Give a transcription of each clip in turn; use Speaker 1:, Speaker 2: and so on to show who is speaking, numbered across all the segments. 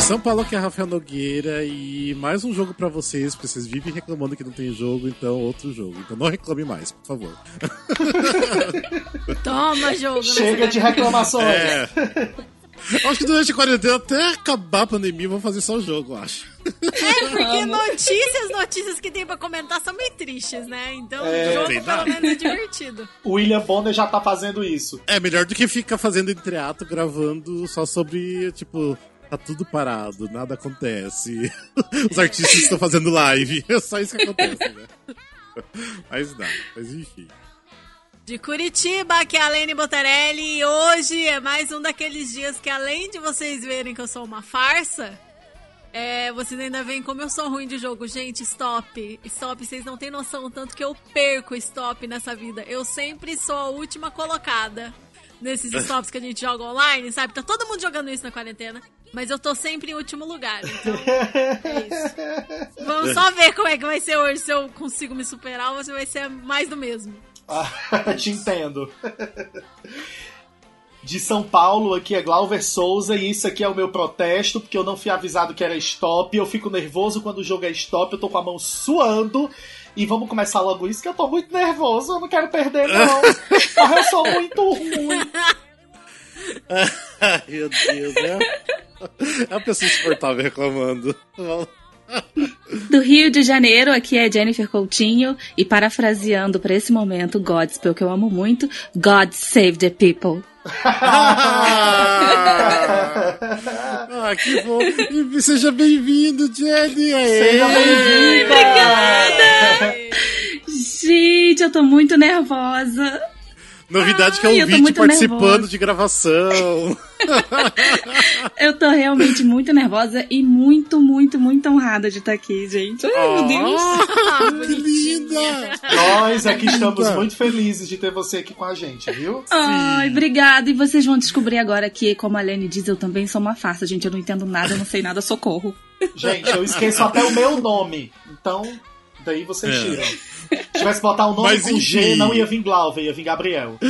Speaker 1: São Paulo que é Rafael Nogueira e mais um jogo pra vocês, porque vocês vivem reclamando que não tem jogo, então outro jogo. Então não reclame mais, por favor.
Speaker 2: Toma, jogo. né?
Speaker 3: Chega de reclamações.
Speaker 1: É. Acho que durante a quarentena, até acabar a pandemia, vão fazer só o jogo, eu acho.
Speaker 2: É, porque notícias, notícias que tem pra comentar são meio tristes, né? Então, o jogo
Speaker 1: Tem
Speaker 2: pelo
Speaker 1: nada.
Speaker 2: menos é divertido.
Speaker 3: O William Bonner já tá fazendo isso.
Speaker 1: É melhor do que ficar fazendo entreato, gravando só sobre, tipo, tá tudo parado, nada acontece. Os artistas estão fazendo live. É só isso que acontece, né? Mas dá, mas enfim.
Speaker 2: De Curitiba, aqui é a Lene Botarelli e hoje é mais um daqueles dias que além de vocês verem que eu sou uma farsa, é, vocês ainda veem como eu sou ruim de jogo. Gente, stop, stop, vocês não têm noção o tanto que eu perco stop nessa vida. Eu sempre sou a última colocada nesses stops que a gente joga online, sabe? Tá todo mundo jogando isso na quarentena, mas eu tô sempre em último lugar, então é isso. Vamos só ver como é que vai ser hoje, se eu consigo me superar ou se vai ser mais do mesmo.
Speaker 3: Ah, te entendo. De São Paulo, aqui é Glauber Souza e isso aqui é o meu protesto, porque eu não fui avisado que era stop. Eu fico nervoso quando o jogo é stop, eu tô com a mão suando. E vamos começar logo isso, que eu tô muito nervoso, eu não quero perder, não. Mas eu sou muito ruim.
Speaker 1: Ai, meu Deus, né? É uma pessoa insuportável reclamando.
Speaker 4: Do Rio de Janeiro, aqui é Jennifer Coutinho e parafraseando pra esse momento Godspell, que eu amo muito, God save the people.
Speaker 1: Ah, que bom! E seja bem-vindo, Jenny!
Speaker 3: Seja bem-vinda!
Speaker 4: Gente, eu tô muito nervosa.
Speaker 1: Novidade que é
Speaker 4: Ai,
Speaker 1: um
Speaker 4: eu tô
Speaker 1: vídeo
Speaker 4: muito
Speaker 1: participando
Speaker 4: nervosa.
Speaker 1: de gravação.
Speaker 4: Eu tô realmente muito nervosa e muito, muito, muito honrada de estar aqui, gente. Ai, meu Deus.
Speaker 1: Ah, que
Speaker 2: bonitinha.
Speaker 1: linda!
Speaker 3: Nós aqui estamos muito felizes de ter você aqui com a gente, viu?
Speaker 4: Ai, obrigada. E vocês vão descobrir agora que, como a Lene diz, eu também sou uma farsa, gente. Eu não entendo nada, eu não sei nada, socorro.
Speaker 3: Gente, eu esqueço até o meu nome. Então, daí vocês
Speaker 1: É.
Speaker 3: tiram. Se tivesse que botar um nome
Speaker 1: Mas
Speaker 3: com G,
Speaker 1: enfim.
Speaker 3: não ia vir Glauber, ia vir Gabriel.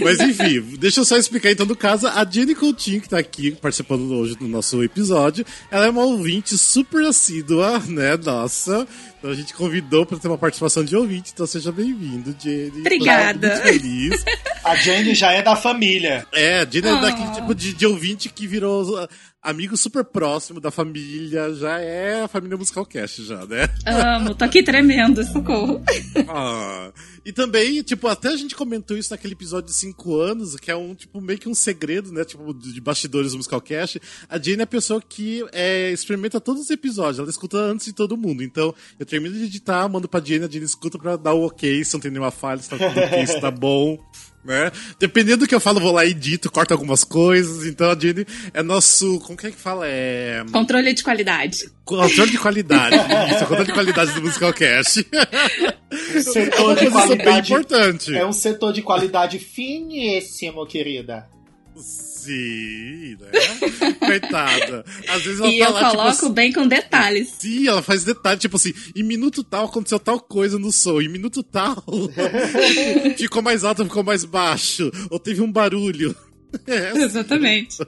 Speaker 1: Mas enfim, deixa eu só explicar então no caso, a Jenny Coutinho, que tá aqui participando hoje do nosso episódio, ela é uma ouvinte super assídua, né, nossa. Então a gente convidou pra ter uma participação de ouvinte, então seja bem-vindo, Jenny.
Speaker 4: Obrigada.
Speaker 1: Tô Muito feliz.
Speaker 3: A Jenny já é da família.
Speaker 1: É, a Jenny é
Speaker 4: Ah.
Speaker 1: daquele tipo de, de ouvinte que virou uh, amigo super próximo da família, já é a família Musical Cast já, né?
Speaker 4: Amo, tô aqui tremendo, socorro.
Speaker 1: Ah, e também, tipo, até a gente comentou isso naquele episódio de 5 anos, que é um, tipo, meio que um segredo, né? Tipo, de bastidores do Musicalcast. A Jane é a pessoa que é, experimenta todos os episódios, ela escuta antes de todo mundo. Então, eu termino de editar, mando pra Jane, a Jane escuta pra dar o ok, se não tem nenhuma falha, se tá tudo ok, se tá bom. Né? Dependendo do que eu falo, eu vou lá e edito, corto algumas coisas. Então a Jane é nosso. Como que é que fala? É.
Speaker 4: Controle de qualidade.
Speaker 1: Controle de qualidade. Isso, controle de qualidade do Musicalcast.
Speaker 3: O
Speaker 1: É
Speaker 3: setor
Speaker 1: uma
Speaker 3: de
Speaker 1: posição bem
Speaker 3: qualidade.
Speaker 1: importante.
Speaker 3: É um setor de qualidade finíssimo, querida.
Speaker 1: Sim, né? Coitada. Às vezes ela
Speaker 4: E
Speaker 1: tá
Speaker 4: eu
Speaker 1: lá,
Speaker 4: coloco
Speaker 1: tipo assim.
Speaker 4: bem com detalhes.
Speaker 1: Sim, ela faz detalhe, tipo assim, em minuto tal aconteceu tal coisa no som, em minuto tal ficou mais alto, ficou mais baixo, ou teve um barulho. É,
Speaker 4: Exatamente.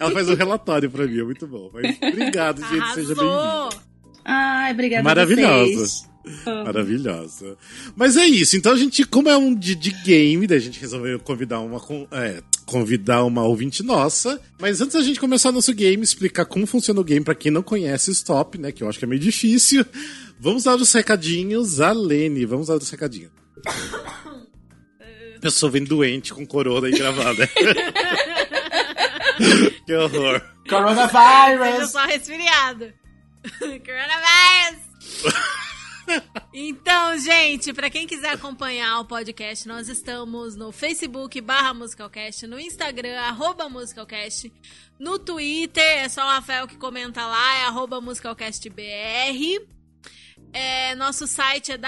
Speaker 1: ela faz um relatório pra mim, é muito bom. Mas obrigado, gente, seja bem-vindo.
Speaker 2: Arrasou!
Speaker 4: Ai, obrigada
Speaker 1: Maravilhosa.
Speaker 4: a vocês.
Speaker 1: Maravilhosa. Mas é isso. Então a gente, como é um de, de game, daí a gente resolveu convidar uma con- é, convidar uma ouvinte nossa. Mas antes da gente começar nosso game, explicar como funciona o game pra quem não conhece o Stop, né? Que eu acho que é meio difícil. Vamos dar os recadinhos a Lene. Vamos dar os recadinhos. A Pessoa vem doente com corona e gravada. que horror.
Speaker 2: Seja
Speaker 3: Coronavirus!
Speaker 2: só resfriado. Coronavirus! Então, gente, pra quem quiser acompanhar o podcast, nós estamos no Facebook barra Musicalcast, no Instagram, arroba Musicalcast, no Twitter, é só o Rafael que comenta lá, é arroba MusicalcastBR. É, nosso site é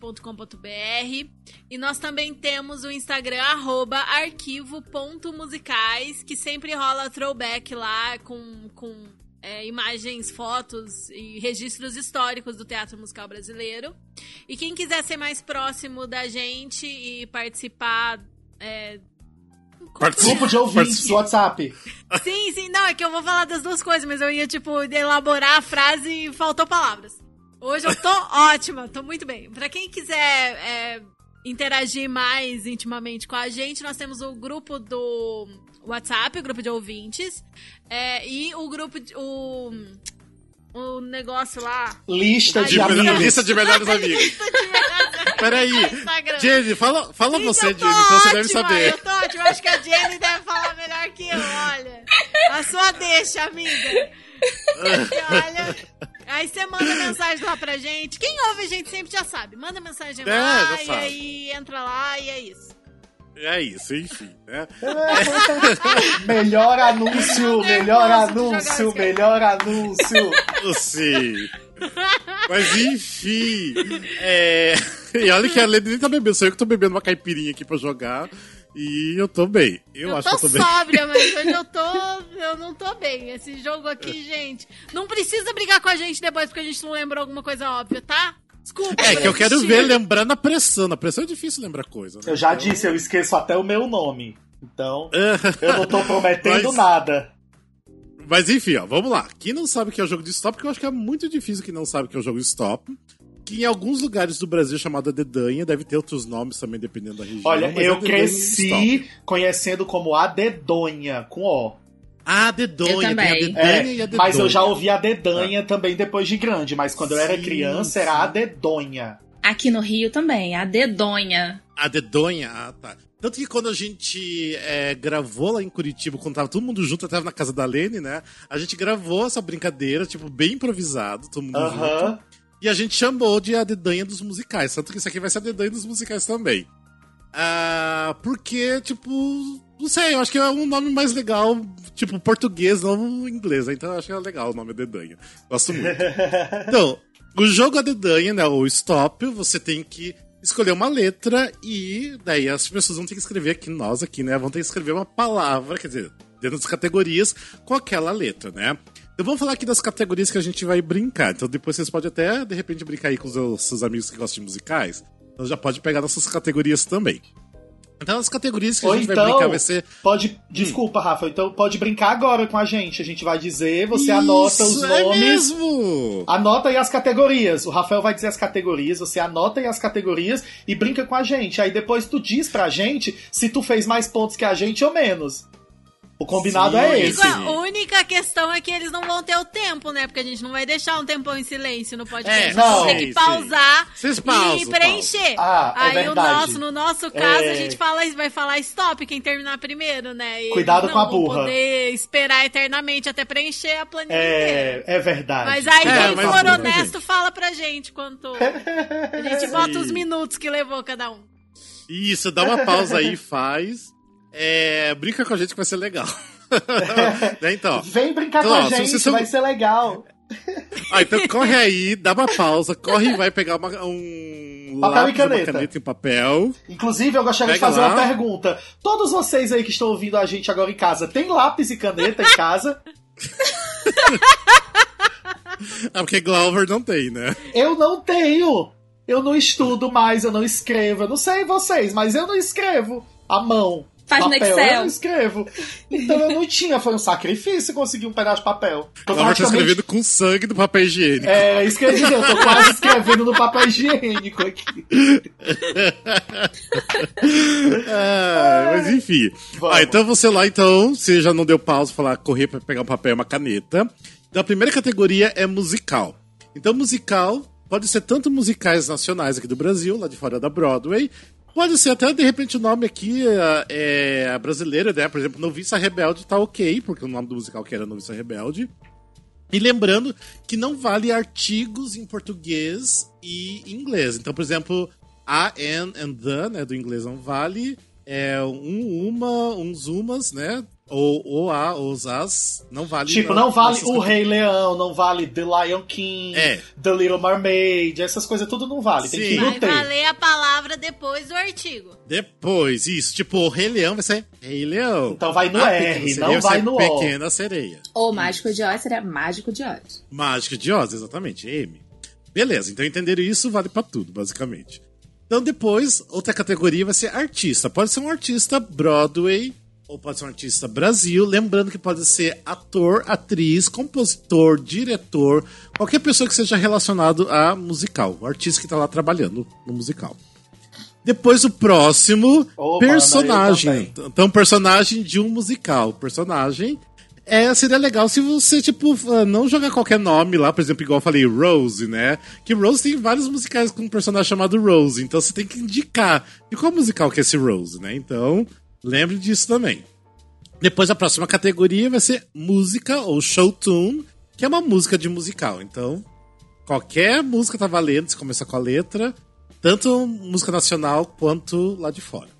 Speaker 2: www.musicalcast.com.br e nós também temos o Instagram arroba arquivo.musicais, que sempre rola throwback lá com, com é, imagens, fotos e registros históricos do teatro musical brasileiro. E quem quiser ser mais próximo da gente e participar é,
Speaker 3: Grupo de ouvintes do WhatsApp.
Speaker 2: Sim, sim, não, é que eu vou falar das duas coisas, mas eu ia, tipo, elaborar a frase e faltou palavras. Hoje eu tô ótima, tô muito bem. Pra quem quiser é, interagir mais intimamente com a gente, nós temos o grupo do WhatsApp, o grupo de ouvintes, é, e o grupo, de, o, o negócio lá...
Speaker 3: Lista Tá de
Speaker 1: De melhor-
Speaker 3: amigos.
Speaker 1: lista de melhores amigos.
Speaker 2: Lista de melhores
Speaker 1: Peraí.
Speaker 2: Instagram.
Speaker 1: Jenny, fala, fala
Speaker 2: Gente,
Speaker 1: você,
Speaker 2: eu
Speaker 1: Jenny,
Speaker 2: tô
Speaker 1: então você deve
Speaker 2: ótima,
Speaker 1: saber.
Speaker 2: tá Eu tô ótima, eu acho que a Jenny deve falar melhor que eu, olha. A sua deixa, amiga. Porque, olha, aí você manda mensagem lá pra gente. Quem ouve a gente sempre já sabe. Manda mensagem
Speaker 1: É,
Speaker 2: lá,
Speaker 1: já
Speaker 2: e
Speaker 1: sabe.
Speaker 2: aí entra lá, e é isso.
Speaker 1: É isso, enfim. Né?
Speaker 2: Eu tô nervosa de jogar esse
Speaker 3: Melhor anúncio, melhor anúncio,
Speaker 2: cara.
Speaker 3: melhor anúncio.
Speaker 1: Sim. Mas enfim. É... E olha que a Lady nem tá bebendo, sou eu que tô bebendo uma caipirinha aqui pra jogar. E eu tô bem. Eu, acho
Speaker 2: tô
Speaker 1: que eu tô bem.
Speaker 2: sóbria, mas hoje eu tô. Eu não tô bem. Esse jogo aqui, gente. Não precisa brigar com a gente depois porque a gente não lembrou alguma coisa óbvia, tá? Desculpa.
Speaker 1: É, que eu quero
Speaker 2: Cristina.
Speaker 1: ver lembrar na pressão. Na pressão é difícil lembrar coisa. né?
Speaker 3: Eu já
Speaker 1: Então-
Speaker 3: disse, eu esqueço até o meu nome. Então, eu não tô prometendo
Speaker 1: Mas-
Speaker 3: nada.
Speaker 1: Mas enfim, ó, vamos lá. Quem não sabe o que é o jogo de stop, porque eu acho que é muito difícil quem não sabe o que é o jogo de stop. Que em alguns lugares do Brasil é chamada dedanha, deve ter outros nomes também, dependendo da região.
Speaker 3: Olha,
Speaker 1: mas é
Speaker 3: eu
Speaker 1: dedanha e stop.
Speaker 3: cresci conhecendo como a dedonha, com O.
Speaker 1: Ah, dedanha,
Speaker 4: Eu
Speaker 1: tem a
Speaker 4: também.
Speaker 1: dedanha
Speaker 3: É,
Speaker 1: e a dedanha.
Speaker 3: mas eu já ouvi a dedanha também depois de grande, mas quando eu era
Speaker 1: Ah. Sim,
Speaker 3: criança
Speaker 1: sim.
Speaker 3: era a dedonha.
Speaker 4: Aqui no Rio também, a dedonha.
Speaker 1: A dedonha, ah, tá. Tanto que quando a gente é, gravou lá em Curitiba, quando tava todo mundo junto, eu tava na casa da Lene, né? A gente gravou essa brincadeira, tipo, bem improvisado, todo mundo junto.
Speaker 3: Aham.
Speaker 1: E a gente chamou de a dedanha dos musicais. Tanto que isso aqui vai ser a dedanha dos musicais também. Ah, porque, tipo, não sei, eu acho que é um nome mais legal, tipo, português, não inglês. né? Então eu acho que é legal o nome dedanha. Gosto muito. Então, o jogo a dedanha, né? O stop, você tem que escolher uma letra e daí as pessoas vão ter que escrever aqui, nós aqui, né? Vão ter que escrever uma palavra, quer dizer, dentro das categorias com aquela letra, né? Eu vou falar aqui das categorias que a gente vai brincar. Então depois vocês podem até, de repente, brincar aí com os seus- seus amigos que gostam de musicais. Então já pode pegar nossas categorias também. Então as categorias que
Speaker 3: Ou
Speaker 1: a gente
Speaker 3: então-
Speaker 1: vai brincar vai ser
Speaker 3: Pode, desculpa, Rafa, então pode brincar agora com a gente. A gente vai dizer, você anota os
Speaker 1: Isso, é
Speaker 3: nomes.
Speaker 1: mesmo!
Speaker 3: Anota aí as categorias. O Rafael vai dizer as categorias, você anota aí as categorias e brinca com a gente. Aí depois tu diz pra gente se tu fez mais pontos que a gente ou menos. O combinado
Speaker 1: Sim,
Speaker 3: é
Speaker 1: isso.
Speaker 3: esse.
Speaker 2: A única questão é que eles não vão ter o tempo, né? Porque a gente não vai deixar um tempão em silêncio no podcast.
Speaker 1: É,
Speaker 3: não,
Speaker 2: tem que
Speaker 1: sim,
Speaker 2: pausar
Speaker 1: Vocês pausam.
Speaker 2: e
Speaker 1: pausam.
Speaker 2: preencher.
Speaker 3: Ah, é
Speaker 2: Aí o
Speaker 3: verdade.
Speaker 2: nosso, no nosso caso,
Speaker 3: É.
Speaker 2: a gente fala, vai falar stop quem terminar primeiro, né? E
Speaker 3: Cuidado
Speaker 2: não
Speaker 3: com a
Speaker 2: vão
Speaker 3: burra.
Speaker 2: poder esperar eternamente até preencher a planilha inteira.
Speaker 3: É, é verdade.
Speaker 2: Mas aí
Speaker 1: É,
Speaker 2: quem
Speaker 1: mas-
Speaker 2: for
Speaker 1: tudo bem,
Speaker 2: honesto fala pra gente quanto. A gente bota os minutos que levou cada um.
Speaker 1: Isso, dá uma pausa aí, faz. É, brinca com a gente que vai ser legal. né, então,
Speaker 3: Vem brincar
Speaker 1: Então,
Speaker 3: com
Speaker 1: ó,
Speaker 3: a
Speaker 1: se
Speaker 3: gente,
Speaker 1: vocês são-
Speaker 3: vai ser legal.
Speaker 1: ah, então corre aí, dá uma pausa, corre e vai pegar uma, um
Speaker 3: Papel e
Speaker 1: lápis, uma
Speaker 3: caneta.
Speaker 1: caneta e um papel.
Speaker 3: Inclusive, eu gostaria
Speaker 1: Pega
Speaker 3: de fazer
Speaker 1: lá.
Speaker 3: uma pergunta. Todos vocês aí que estão ouvindo a gente agora em casa, tem lápis e caneta em casa?
Speaker 1: Ah, porque Glauber não tem, né?
Speaker 3: Eu não tenho. Eu não estudo mais, eu não escrevo. Eu não sei vocês, mas eu não escrevo à mão.
Speaker 4: Faz no
Speaker 3: papel,
Speaker 4: Excel.
Speaker 3: Eu não escrevo. Então eu não tinha, foi um sacrifício conseguir um pedaço de papel.
Speaker 1: Glauber tá
Speaker 3: Tô praticamente-
Speaker 1: escrevendo com sangue do papel higiênico.
Speaker 3: É, isso que eu ia dizer, eu tô quase escrevendo no papel higiênico aqui.
Speaker 1: Ah, mas enfim.
Speaker 3: Vamos.
Speaker 1: Ah, então você lá, então, se já não deu pausa, falar correr pra pegar um papel e uma caneta. Então a primeira categoria é musical. Então, musical pode ser tanto musicais nacionais aqui do Brasil, lá de fora da Broadway. Pode ser até, de repente, o nome aqui é, é brasileiro, né? Por exemplo, Noviça Rebelde tá ok, porque o nome do musical que era Noviça Rebelde. E lembrando que não vale artigos em português e inglês. Então, por exemplo, a, and, and the, né, do inglês não vale. É um, uma, uns, umas, né? Ou, ou a, os, as, não vale.
Speaker 3: Tipo, não vale
Speaker 1: nessas
Speaker 3: o
Speaker 1: coisas.
Speaker 3: Rei Leão, não vale The Lion King,
Speaker 1: É.
Speaker 3: The Little Mermaid, essas coisas tudo não vale. Tem
Speaker 1: Sim.
Speaker 3: que
Speaker 1: Não
Speaker 2: Vai
Speaker 3: não ter.
Speaker 2: valer a palavra depois do artigo.
Speaker 1: Depois, isso. Tipo, o Rei Leão vai ser Rei Leão.
Speaker 3: Então vai no
Speaker 1: A
Speaker 3: R,
Speaker 1: Pequena Sereia
Speaker 3: não vai
Speaker 1: ser
Speaker 3: no O.
Speaker 1: Pequena Sereia.
Speaker 4: Ou Mágico de Oz seria Mágico de Oz.
Speaker 1: Mágica de Oz, exatamente, M. Beleza, então entenderam isso, vale pra tudo, basicamente. Então depois, outra categoria vai ser artista. Pode ser um artista Broadway Ou pode ser um artista Brasil. Lembrando que pode ser ator, atriz, compositor, diretor, qualquer pessoa que seja relacionado a musical. O artista que está lá trabalhando no musical. Depois o próximo
Speaker 3: Ô, mano, eu
Speaker 1: personagem.
Speaker 3: também.
Speaker 1: então, personagem de um musical. Personagem. É, seria legal se você, tipo, f- não jogar qualquer nome lá, por exemplo, igual eu falei, Rose, né? Que Rose tem vários musicais com um personagem chamado Rose, então você tem que indicar de qual musical que é esse Rose, né? Então, lembre disso também. Depois a próxima categoria vai ser música ou show tune, que é uma música de musical. Então, qualquer música tá valendo se começar com a letra, tanto música nacional quanto lá de fora.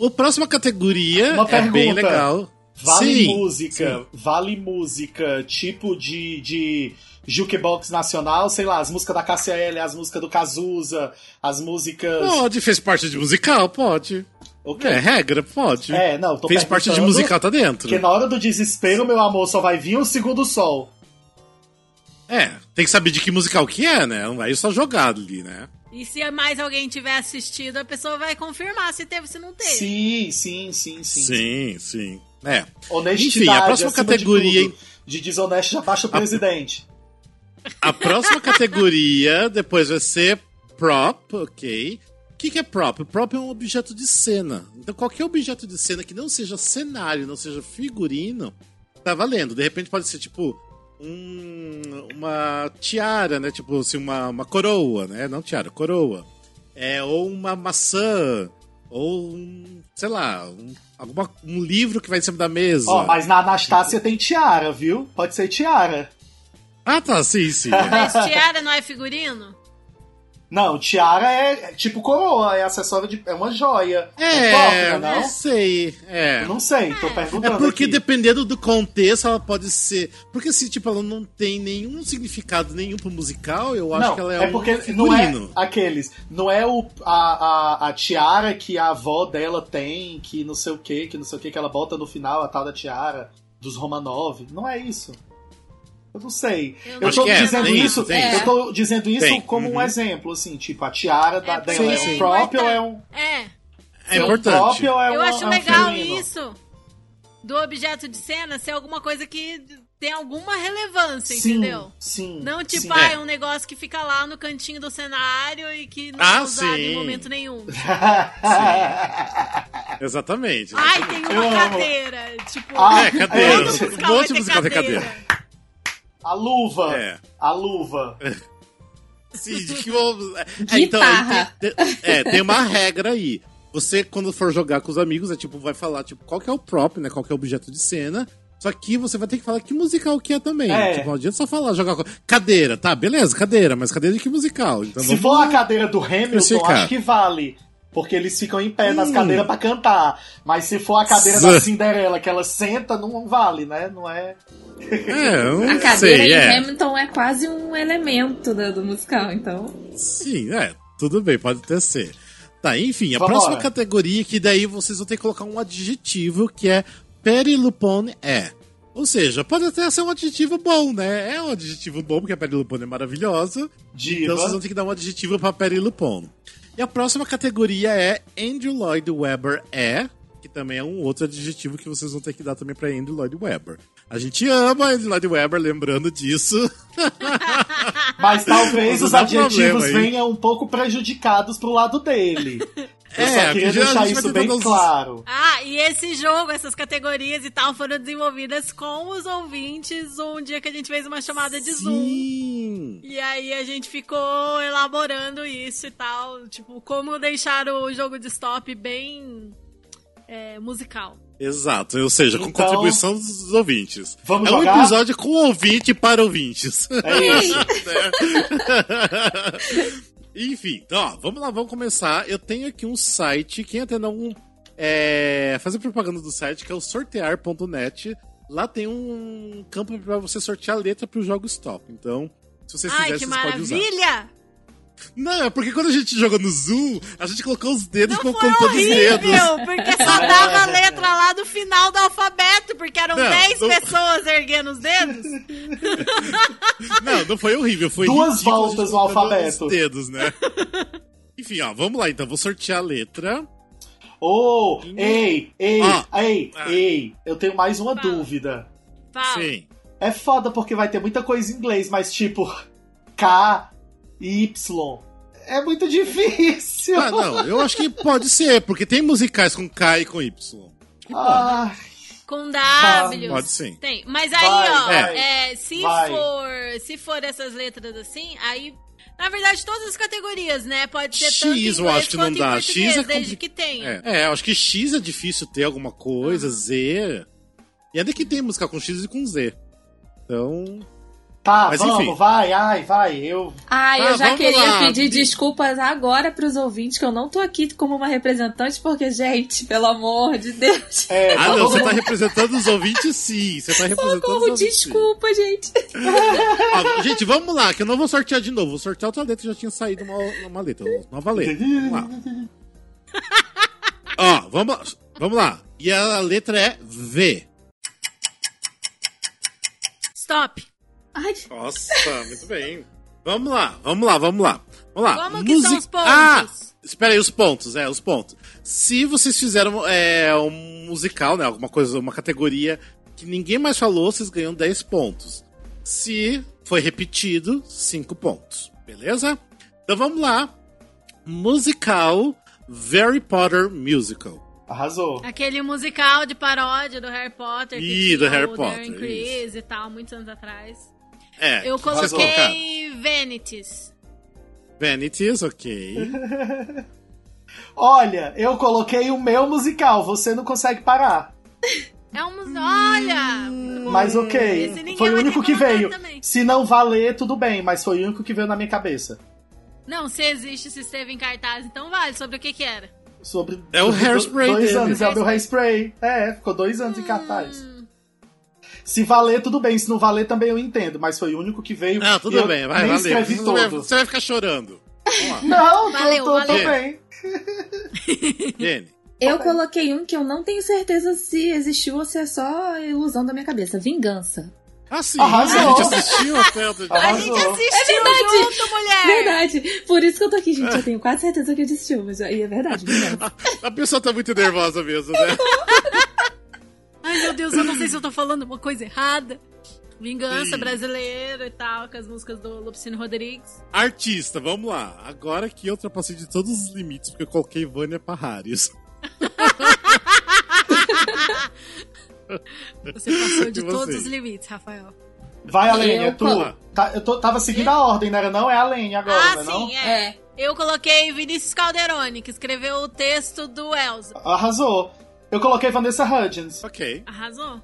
Speaker 1: A próxima categoria
Speaker 3: Uma
Speaker 1: é bem
Speaker 3: pergunta.
Speaker 1: legal.
Speaker 3: Vale
Speaker 1: Sim,
Speaker 3: música, vale música, tipo de, de jukebox nacional, sei lá, as músicas da KCL, as músicas do Cazuza, as músicas.
Speaker 1: Pode, fez parte de musical, pode.
Speaker 3: Ok.
Speaker 1: É, regra, pode.
Speaker 3: É, não, tô
Speaker 1: fez parte de
Speaker 3: perguntando,
Speaker 1: musical, tá dentro.
Speaker 3: Porque na hora do desespero, meu amor, só vai vir o segundo sol.
Speaker 1: É, tem que saber de que musical que é, né? Não vai só jogar ali, né?
Speaker 2: E se mais alguém tiver assistido, a pessoa vai confirmar se teve, se não teve.
Speaker 3: Sim, sim, sim, sim.
Speaker 1: Sim, sim. É.
Speaker 3: Honestidade.
Speaker 1: Enfim, a próxima
Speaker 3: acima
Speaker 1: categoria,
Speaker 3: De, tudo. de desonesto já baixa o presidente.
Speaker 1: A próxima categoria depois vai ser prop, ok? O que, que é prop? Prop é um objeto de cena. Então qualquer objeto de cena que não seja cenário, não seja figurino, tá valendo. De repente pode ser tipo um- uma tiara, né? Tipo assim, uma, uma coroa, né? Não tiara, coroa. É, ou uma maçã, ou um, sei lá, um, alguma, um livro que vai em cima da mesa.
Speaker 3: Ó, mas na Anastácia tem tiara, viu? Pode ser tiara.
Speaker 1: Ah, tá, sim, sim. é.
Speaker 3: um
Speaker 2: Mas tiara não é figurino?
Speaker 3: Não, tiara é é tipo coroa, é acessório de. é uma joia.
Speaker 1: É,
Speaker 3: um toque, né,
Speaker 1: não
Speaker 3: não?
Speaker 1: sei. É.
Speaker 3: Não sei, tô
Speaker 1: É
Speaker 3: perguntando.
Speaker 1: porque
Speaker 3: aqui.
Speaker 1: dependendo do contexto, ela pode ser. Porque se tipo, ela não tem nenhum significado nenhum pro musical, eu acho
Speaker 3: não,
Speaker 1: que ela é,
Speaker 3: é porque
Speaker 1: um
Speaker 3: não é
Speaker 1: figurino.
Speaker 3: aqueles. Não é o, a, a, a tiara que a avó dela tem, que não sei o que, que não sei o que, que ela bota no final, a tal da tiara dos Romanov. Não é isso. Eu não sei.
Speaker 2: Eu
Speaker 3: Eu
Speaker 2: acho
Speaker 3: tô
Speaker 1: que é,
Speaker 3: dizendo
Speaker 1: tem
Speaker 3: isso,
Speaker 1: isso, tem
Speaker 2: isso.
Speaker 3: eu tô dizendo isso
Speaker 1: Tem,
Speaker 3: como
Speaker 1: uhum.
Speaker 3: um exemplo, assim, tipo, a tiara da,
Speaker 2: É,
Speaker 3: dela
Speaker 1: sim,
Speaker 3: é
Speaker 1: sim.
Speaker 3: um próprio ou é um.
Speaker 2: É.
Speaker 1: É
Speaker 3: um
Speaker 1: importante.
Speaker 3: próprio ou é
Speaker 2: eu
Speaker 3: um- é
Speaker 2: acho
Speaker 3: um
Speaker 2: legal
Speaker 3: figurino?
Speaker 2: isso. Do objeto de cena ser alguma coisa que tem alguma relevância,
Speaker 3: Sim,
Speaker 2: entendeu?
Speaker 3: Sim.
Speaker 2: Não tipo,
Speaker 3: sim.
Speaker 2: ah,
Speaker 1: É.
Speaker 2: é um negócio que fica lá no cantinho do cenário e que não
Speaker 1: Ah,
Speaker 2: é usado
Speaker 1: sim.
Speaker 2: em momento nenhum.
Speaker 1: Exatamente.
Speaker 2: Ai, tem uma
Speaker 3: Eu amo.
Speaker 2: cadeira. Tipo,
Speaker 3: Ah,
Speaker 1: É, cadeira. Um
Speaker 2: todo musical vai
Speaker 3: tipo
Speaker 1: monte de
Speaker 2: ter
Speaker 1: musical tem cadeira.
Speaker 3: A luva.
Speaker 1: É.
Speaker 3: A luva.
Speaker 1: Sim, de que vamos. É, então, aí tem, tem- é, tem uma regra aí. Você, quando for jogar com os amigos, é tipo, vai falar, tipo, qual que é o prop, né? Qual que é o objeto de cena. Só que você vai ter que falar que musical que é também.
Speaker 3: É.
Speaker 1: Tipo, não adianta só falar, jogar com. Cadeira, tá, beleza, cadeira, mas cadeira de que musical? Então
Speaker 3: Se
Speaker 1: vamos-
Speaker 3: for a cadeira do Hamilton,
Speaker 1: Especificar.
Speaker 3: acho que vale. Porque eles ficam em pé nas
Speaker 1: Hum.
Speaker 3: cadeiras pra cantar. Mas se for a cadeira
Speaker 1: Zã.
Speaker 3: da Cinderela, que ela senta, não vale, né? Não é.
Speaker 1: É, eu
Speaker 4: A
Speaker 1: não
Speaker 4: cadeira
Speaker 1: sei,
Speaker 4: em
Speaker 1: é.
Speaker 4: Hamilton é quase um elemento do, do musical, então.
Speaker 1: Sim, é. Tudo bem, pode até ser. Tá, enfim, a
Speaker 3: Vambora.
Speaker 1: próxima categoria que daí vocês vão ter que colocar um adjetivo que é Perilupone é. Ou seja, pode até ser um adjetivo bom, né? É um adjetivo bom, porque a Perilupone é maravilhosa.
Speaker 3: Diva.
Speaker 1: Então vocês vão ter que dar um adjetivo pra Perilupone. E a próxima categoria é Andrew Lloyd Webber é, que também é um outro adjetivo que vocês vão ter que dar também pra Andrew Lloyd Webber. A gente ama Andrew Lloyd Webber, lembrando disso.
Speaker 3: Mas talvez
Speaker 1: Não
Speaker 3: os
Speaker 1: dá
Speaker 3: adjetivos
Speaker 1: problema aí.
Speaker 3: venham um pouco prejudicados pro lado dele. Eu
Speaker 1: É,
Speaker 3: só
Speaker 1: porque
Speaker 3: queria
Speaker 1: a gente
Speaker 3: deixar
Speaker 1: vai
Speaker 3: isso
Speaker 1: tentar
Speaker 3: bem
Speaker 1: dar uns-
Speaker 3: claro.
Speaker 2: Ah, e esse jogo, essas categorias e tal, foram desenvolvidas com os ouvintes um dia que a gente fez uma chamada de Zoom.
Speaker 1: Sim.
Speaker 2: E aí a gente ficou elaborando isso e tal, tipo, como deixar o jogo de stop bem é, musical.
Speaker 1: Exato, ou seja, com
Speaker 3: Então-
Speaker 1: contribuição dos ouvintes.
Speaker 3: Vamos
Speaker 1: é um
Speaker 3: jogar?
Speaker 1: episódio com ouvinte para ouvintes.
Speaker 3: É isso.
Speaker 1: Enfim, então, ó, vamos lá, vamos começar. Eu tenho aqui um site, quem até não é, fazer propaganda do site, que é o sortear.net. Lá tem um campo para você sortear a letra para o jogo stop. Então, se vocês
Speaker 2: Ai,
Speaker 1: quiserem,
Speaker 2: que
Speaker 1: vocês podem usar.
Speaker 2: maravilha!
Speaker 1: Não, é porque quando a gente jogou no Zoom, a gente colocou os dedos
Speaker 2: Não
Speaker 1: e ficou
Speaker 2: foi
Speaker 1: contando os dedos.
Speaker 2: horrível, porque só dava a letra lá do final do alfabeto, porque eram
Speaker 1: Não,
Speaker 2: 10
Speaker 1: não-
Speaker 2: pessoas erguendo os dedos.
Speaker 1: Não, não foi horrível, foi
Speaker 3: Duas
Speaker 1: ridículo,
Speaker 3: voltas
Speaker 1: a gente
Speaker 3: no
Speaker 1: contando
Speaker 3: alfabeto.
Speaker 1: Os dedos, né? Enfim, ó, vamos lá então, vou sortear a letra.
Speaker 3: Oh,
Speaker 2: Uhum.
Speaker 3: ei, ei,
Speaker 1: Ah.
Speaker 3: ei,
Speaker 1: Ah.
Speaker 3: ei. Eu tenho mais uma
Speaker 2: Fala.
Speaker 3: dúvida.
Speaker 4: Ah.
Speaker 2: Fala.
Speaker 1: Sim.
Speaker 3: É foda porque vai ter muita coisa em inglês, mas tipo, K e Y. É muito difícil.
Speaker 1: Ah, não, eu acho que pode ser, porque tem musicais com K e com Y.
Speaker 3: Ah,
Speaker 2: Com W.
Speaker 1: Pode sim.
Speaker 2: Tem. Mas aí,
Speaker 3: Vai,
Speaker 2: ó,
Speaker 3: vai,
Speaker 2: é, se,
Speaker 3: vai.
Speaker 2: for, se for essas letras assim, aí. Na verdade, todas as categorias, né? Pode ser tanto em
Speaker 1: X eu
Speaker 2: inglês
Speaker 1: acho que não
Speaker 2: quanto em
Speaker 1: dá.
Speaker 2: português,
Speaker 1: X é
Speaker 2: desde
Speaker 1: compli-
Speaker 2: que tenha.
Speaker 1: É, é, eu acho que X é difícil ter alguma coisa,
Speaker 4: Ah.
Speaker 2: Aham.
Speaker 1: Z. E ainda que tem música com X e com Z. Então.
Speaker 3: tá,
Speaker 1: Mas
Speaker 3: vamos,
Speaker 1: enfim.
Speaker 3: vai, ai, vai. Eu.
Speaker 4: Ai,
Speaker 1: Ah,
Speaker 4: eu já
Speaker 1: vamos
Speaker 4: queria
Speaker 1: lá.
Speaker 4: pedir desculpas agora pros ouvintes que eu não tô aqui como uma representante, porque, gente, pelo amor de Deus.
Speaker 3: É,
Speaker 1: Ah,
Speaker 3: tá
Speaker 1: não,
Speaker 3: todo
Speaker 1: você tá
Speaker 3: mundo-
Speaker 1: representando os ouvintes, sim. Você tá representando
Speaker 4: Socorro,
Speaker 1: os ouvintes.
Speaker 4: desculpa, gente.
Speaker 1: Ó, gente, vamos lá, que eu não vou sortear de novo. Vou sortear outra letra, já tinha saído uma, uma letra. uma Nova letra. Vamos lá. Ó, vamos lá. Vamos lá. E a letra é V.
Speaker 2: Stop.
Speaker 4: Ai,
Speaker 1: Nossa, muito bem. Vamos lá, vamos lá, vamos lá. Vamos lá.
Speaker 2: Como que são os pontos?
Speaker 1: Ah, espera aí, os pontos, é, os pontos. Se vocês fizeram é, um musical, né, alguma coisa, uma categoria que ninguém mais falou, vocês ganham 10 pontos. Se foi repetido, 5 pontos. Beleza? Então vamos lá. Musical Harry Potter Musical.
Speaker 3: Arrasou.
Speaker 2: Aquele musical de paródia do Harry Potter. que
Speaker 1: Ih, do
Speaker 2: tinha
Speaker 1: Harry
Speaker 2: o
Speaker 1: Potter,
Speaker 2: Darren Criss e tal, muitos anos atrás.
Speaker 1: É,
Speaker 2: Eu
Speaker 1: o que vocês colocaram?
Speaker 2: coloquei Vanities.
Speaker 1: Vanities, ok.
Speaker 3: Olha, eu coloquei o meu musical, você não consegue parar.
Speaker 2: É um musical. Olha! muito bom.
Speaker 3: Mas
Speaker 2: Hum, Esse
Speaker 3: ok.
Speaker 2: ninguém
Speaker 3: Foi o
Speaker 2: vai
Speaker 3: único
Speaker 2: ter
Speaker 3: que
Speaker 2: colocado
Speaker 3: veio.
Speaker 2: também.
Speaker 3: Se não valer, tudo bem, mas foi o único que veio na minha cabeça.
Speaker 2: Não, se existe, se esteve em cartaz, então vale. Sobre o que que era?
Speaker 3: Sobre
Speaker 1: É o Hairspray
Speaker 3: Dois
Speaker 1: dele.
Speaker 3: anos, é o meu hairspray. É, ficou dois anos em cartaz. Se valer, tudo bem. Se não valer, também eu entendo. Mas foi o único que veio.
Speaker 1: Não, Ah, tudo
Speaker 3: Eu
Speaker 1: bem, vai,
Speaker 3: nem
Speaker 1: valeu.
Speaker 3: escrevi
Speaker 1: Você não vai-
Speaker 3: todo.
Speaker 1: Você vai ficar chorando. Vamos lá,
Speaker 3: Não,
Speaker 2: Valeu,
Speaker 3: tô, tô, tô
Speaker 2: valeu.
Speaker 3: bem.
Speaker 1: Jenny.
Speaker 4: Eu coloquei um que eu não tenho certeza se existiu ou se é só ilusão da minha cabeça. Vingança.
Speaker 1: Ah, sim,
Speaker 3: Arrasou.
Speaker 1: a gente assistiu até outro dia.
Speaker 2: A
Speaker 3: Arrasou.
Speaker 2: gente assistiu
Speaker 4: verdade.
Speaker 2: junto, mulher!
Speaker 4: Verdade. Por isso que eu tô aqui, gente. Eu tenho quase certeza que existiu, mas aí é verdade. vingança.
Speaker 1: A pessoa tá muito nervosa mesmo, né?
Speaker 2: Ai, meu Deus, eu não sei se eu tô falando uma coisa errada. Vingança brasileira e tal, com as músicas do Lupicínio Rodrigues.
Speaker 1: Artista, vamos lá. Agora que eu ultrapassei de todos os limites, porque eu coloquei Vânia Parrares.
Speaker 2: Você passou de
Speaker 1: E você?
Speaker 2: todos os limites, Rafael.
Speaker 3: Vai, Alene, é
Speaker 4: Eu
Speaker 3: tu.
Speaker 1: colo-
Speaker 3: Tá, eu tô- tava seguindo a ordem, não era não? É a Alene agora,
Speaker 2: ah,
Speaker 3: não é não?
Speaker 2: sim, é. Eu coloquei Vinícius Calderoni, que escreveu o texto do Elza.
Speaker 3: Arrasou. Eu coloquei Vanessa Hudgens.
Speaker 1: Ok.
Speaker 2: Arrasou.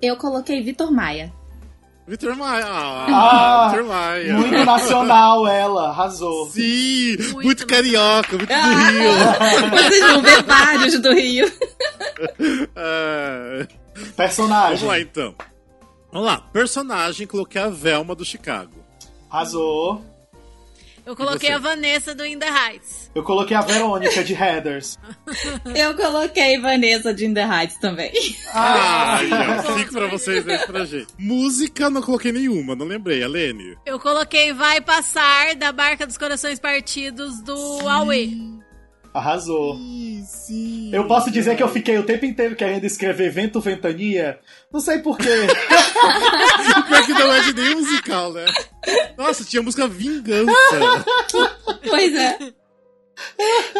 Speaker 4: Eu coloquei Vitor Maia.
Speaker 1: Vitor Maia. Ah,
Speaker 3: Ah,
Speaker 1: Vitor Maia.
Speaker 3: Muito nacional ela, arrasou.
Speaker 1: Sim, muito,
Speaker 2: Muito bom.
Speaker 1: carioca, muito
Speaker 4: Ah.
Speaker 1: do Rio.
Speaker 4: Vocês vão ver vários do Rio.
Speaker 1: Ah,
Speaker 3: Personagem.
Speaker 1: vamos lá, então. Vamos lá. Personagem, coloquei a Velma do Chicago.
Speaker 3: Arrasou.
Speaker 2: Eu coloquei
Speaker 1: você?
Speaker 2: a Vanessa do In The Heights.
Speaker 3: Eu coloquei a Verônica de Headers.
Speaker 4: Eu coloquei Vanessa de In The Heights também.
Speaker 1: Ah, aí,
Speaker 2: sim,
Speaker 1: ó,
Speaker 2: bom.
Speaker 1: cinco pra vocês, dois pra gente. Música, não coloquei nenhuma, não lembrei. Alene.
Speaker 2: Eu coloquei Vai Passar, da Barca dos Corações Partidos, do Aue.
Speaker 3: Arrasou.
Speaker 1: Sim, sim.
Speaker 3: Eu posso dizer que eu fiquei o tempo inteiro querendo escrever Vento Ventania. Não sei porquê.
Speaker 1: O pior que não é de nenhum musical, né? Nossa, tinha a música Vingança.
Speaker 4: Pois é.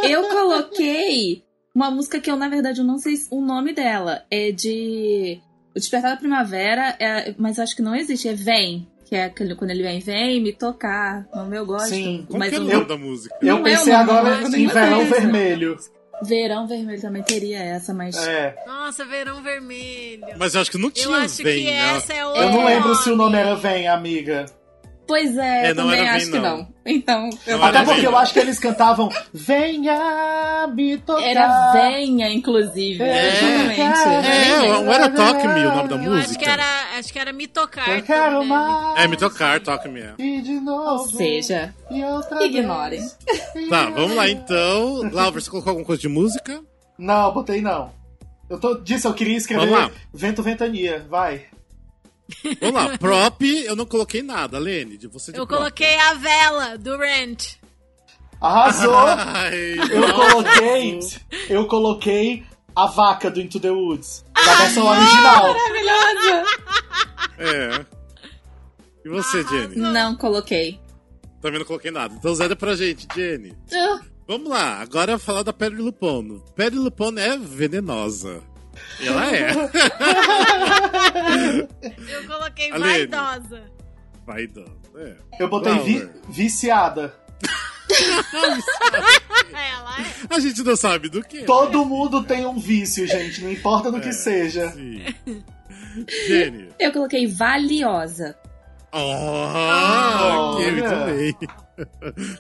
Speaker 4: Eu coloquei uma música que eu, na verdade, eu não sei o nome dela. É de. O Despertar da Primavera, é- mas eu acho que não existe. É Vem. Que é aquele, quando ele vem, vem me tocar. No meu gosto.
Speaker 3: Sim.
Speaker 1: Qual
Speaker 4: mas
Speaker 1: que é o
Speaker 4: o
Speaker 1: nome da música?
Speaker 3: Eu
Speaker 4: Não
Speaker 3: pensei
Speaker 4: é o nome
Speaker 3: agora
Speaker 4: da
Speaker 3: em
Speaker 4: música,
Speaker 3: Verão
Speaker 4: mas é.
Speaker 3: Vermelho.
Speaker 4: Verão Vermelho também teria essa, mas.
Speaker 3: É.
Speaker 2: Nossa, Verão Vermelho.
Speaker 1: Mas eu acho que não tinha
Speaker 2: Eu acho
Speaker 1: Vem,
Speaker 2: que
Speaker 1: né?
Speaker 2: essa é outra.
Speaker 3: Eu não lembro se o nome era Vem, amiga.
Speaker 4: Pois é,
Speaker 1: É,
Speaker 4: eu
Speaker 1: não
Speaker 4: também
Speaker 1: era Vem,
Speaker 4: acho que
Speaker 1: não.
Speaker 4: não. Então, eu
Speaker 1: Não era
Speaker 3: Até
Speaker 1: Vem,
Speaker 3: porque eu
Speaker 1: não.
Speaker 3: acho que eles cantavam Venha me tocar.
Speaker 4: Era Venha, inclusive.
Speaker 3: É.
Speaker 4: Exatamente.
Speaker 1: É, não era Talk Me o nome da
Speaker 3: Eu
Speaker 2: Eu
Speaker 1: música.
Speaker 2: acho que era, acho que era me tocar.
Speaker 3: Eu quero
Speaker 2: também.
Speaker 3: mais.
Speaker 1: É, me tocar, Talk Me. é.
Speaker 3: E de novo.
Speaker 4: Ou seja,
Speaker 3: E outra vez.
Speaker 4: ignorem.
Speaker 1: Tá, vamos lá então. Laura, você colocou alguma coisa de música?
Speaker 3: Não, botei não. Eu tô, disse, eu queria escrever
Speaker 1: Vamos lá.
Speaker 3: Vento Ventania. Vai.
Speaker 1: Vamos lá, prop, eu não coloquei nada, Lene. de Você de
Speaker 2: Eu
Speaker 1: prop.
Speaker 2: coloquei a vela do Rent.
Speaker 3: Arrasou!
Speaker 1: Ai,
Speaker 3: Eu
Speaker 1: nossa.
Speaker 3: coloquei. Eu coloquei a vaca do Into the Woods. Da versão
Speaker 4: não!
Speaker 3: original.
Speaker 4: Maravilhosa!
Speaker 1: É. E você, Jenny?
Speaker 4: Não coloquei.
Speaker 1: Também não coloquei nada. Então zero pra gente, Jenny.
Speaker 4: Ah,
Speaker 1: Vamos lá, agora falar da Pele Lupono. Pele Lupono é venenosa. Ela é
Speaker 2: Eu coloquei
Speaker 1: Alene.
Speaker 2: vaidosa.
Speaker 1: vaidosa. É.
Speaker 3: Eu botei vi-
Speaker 1: Flower.
Speaker 3: viciada.
Speaker 2: Ela é.
Speaker 1: A gente não sabe do que.
Speaker 3: Todo mundo tem um vício, gente. Não importa do
Speaker 1: É,
Speaker 3: que seja.
Speaker 1: Sim. Jenny.
Speaker 4: Eu coloquei valiosa.
Speaker 1: Oh,
Speaker 3: Olha.
Speaker 2: Ah.
Speaker 1: ok, muito bem.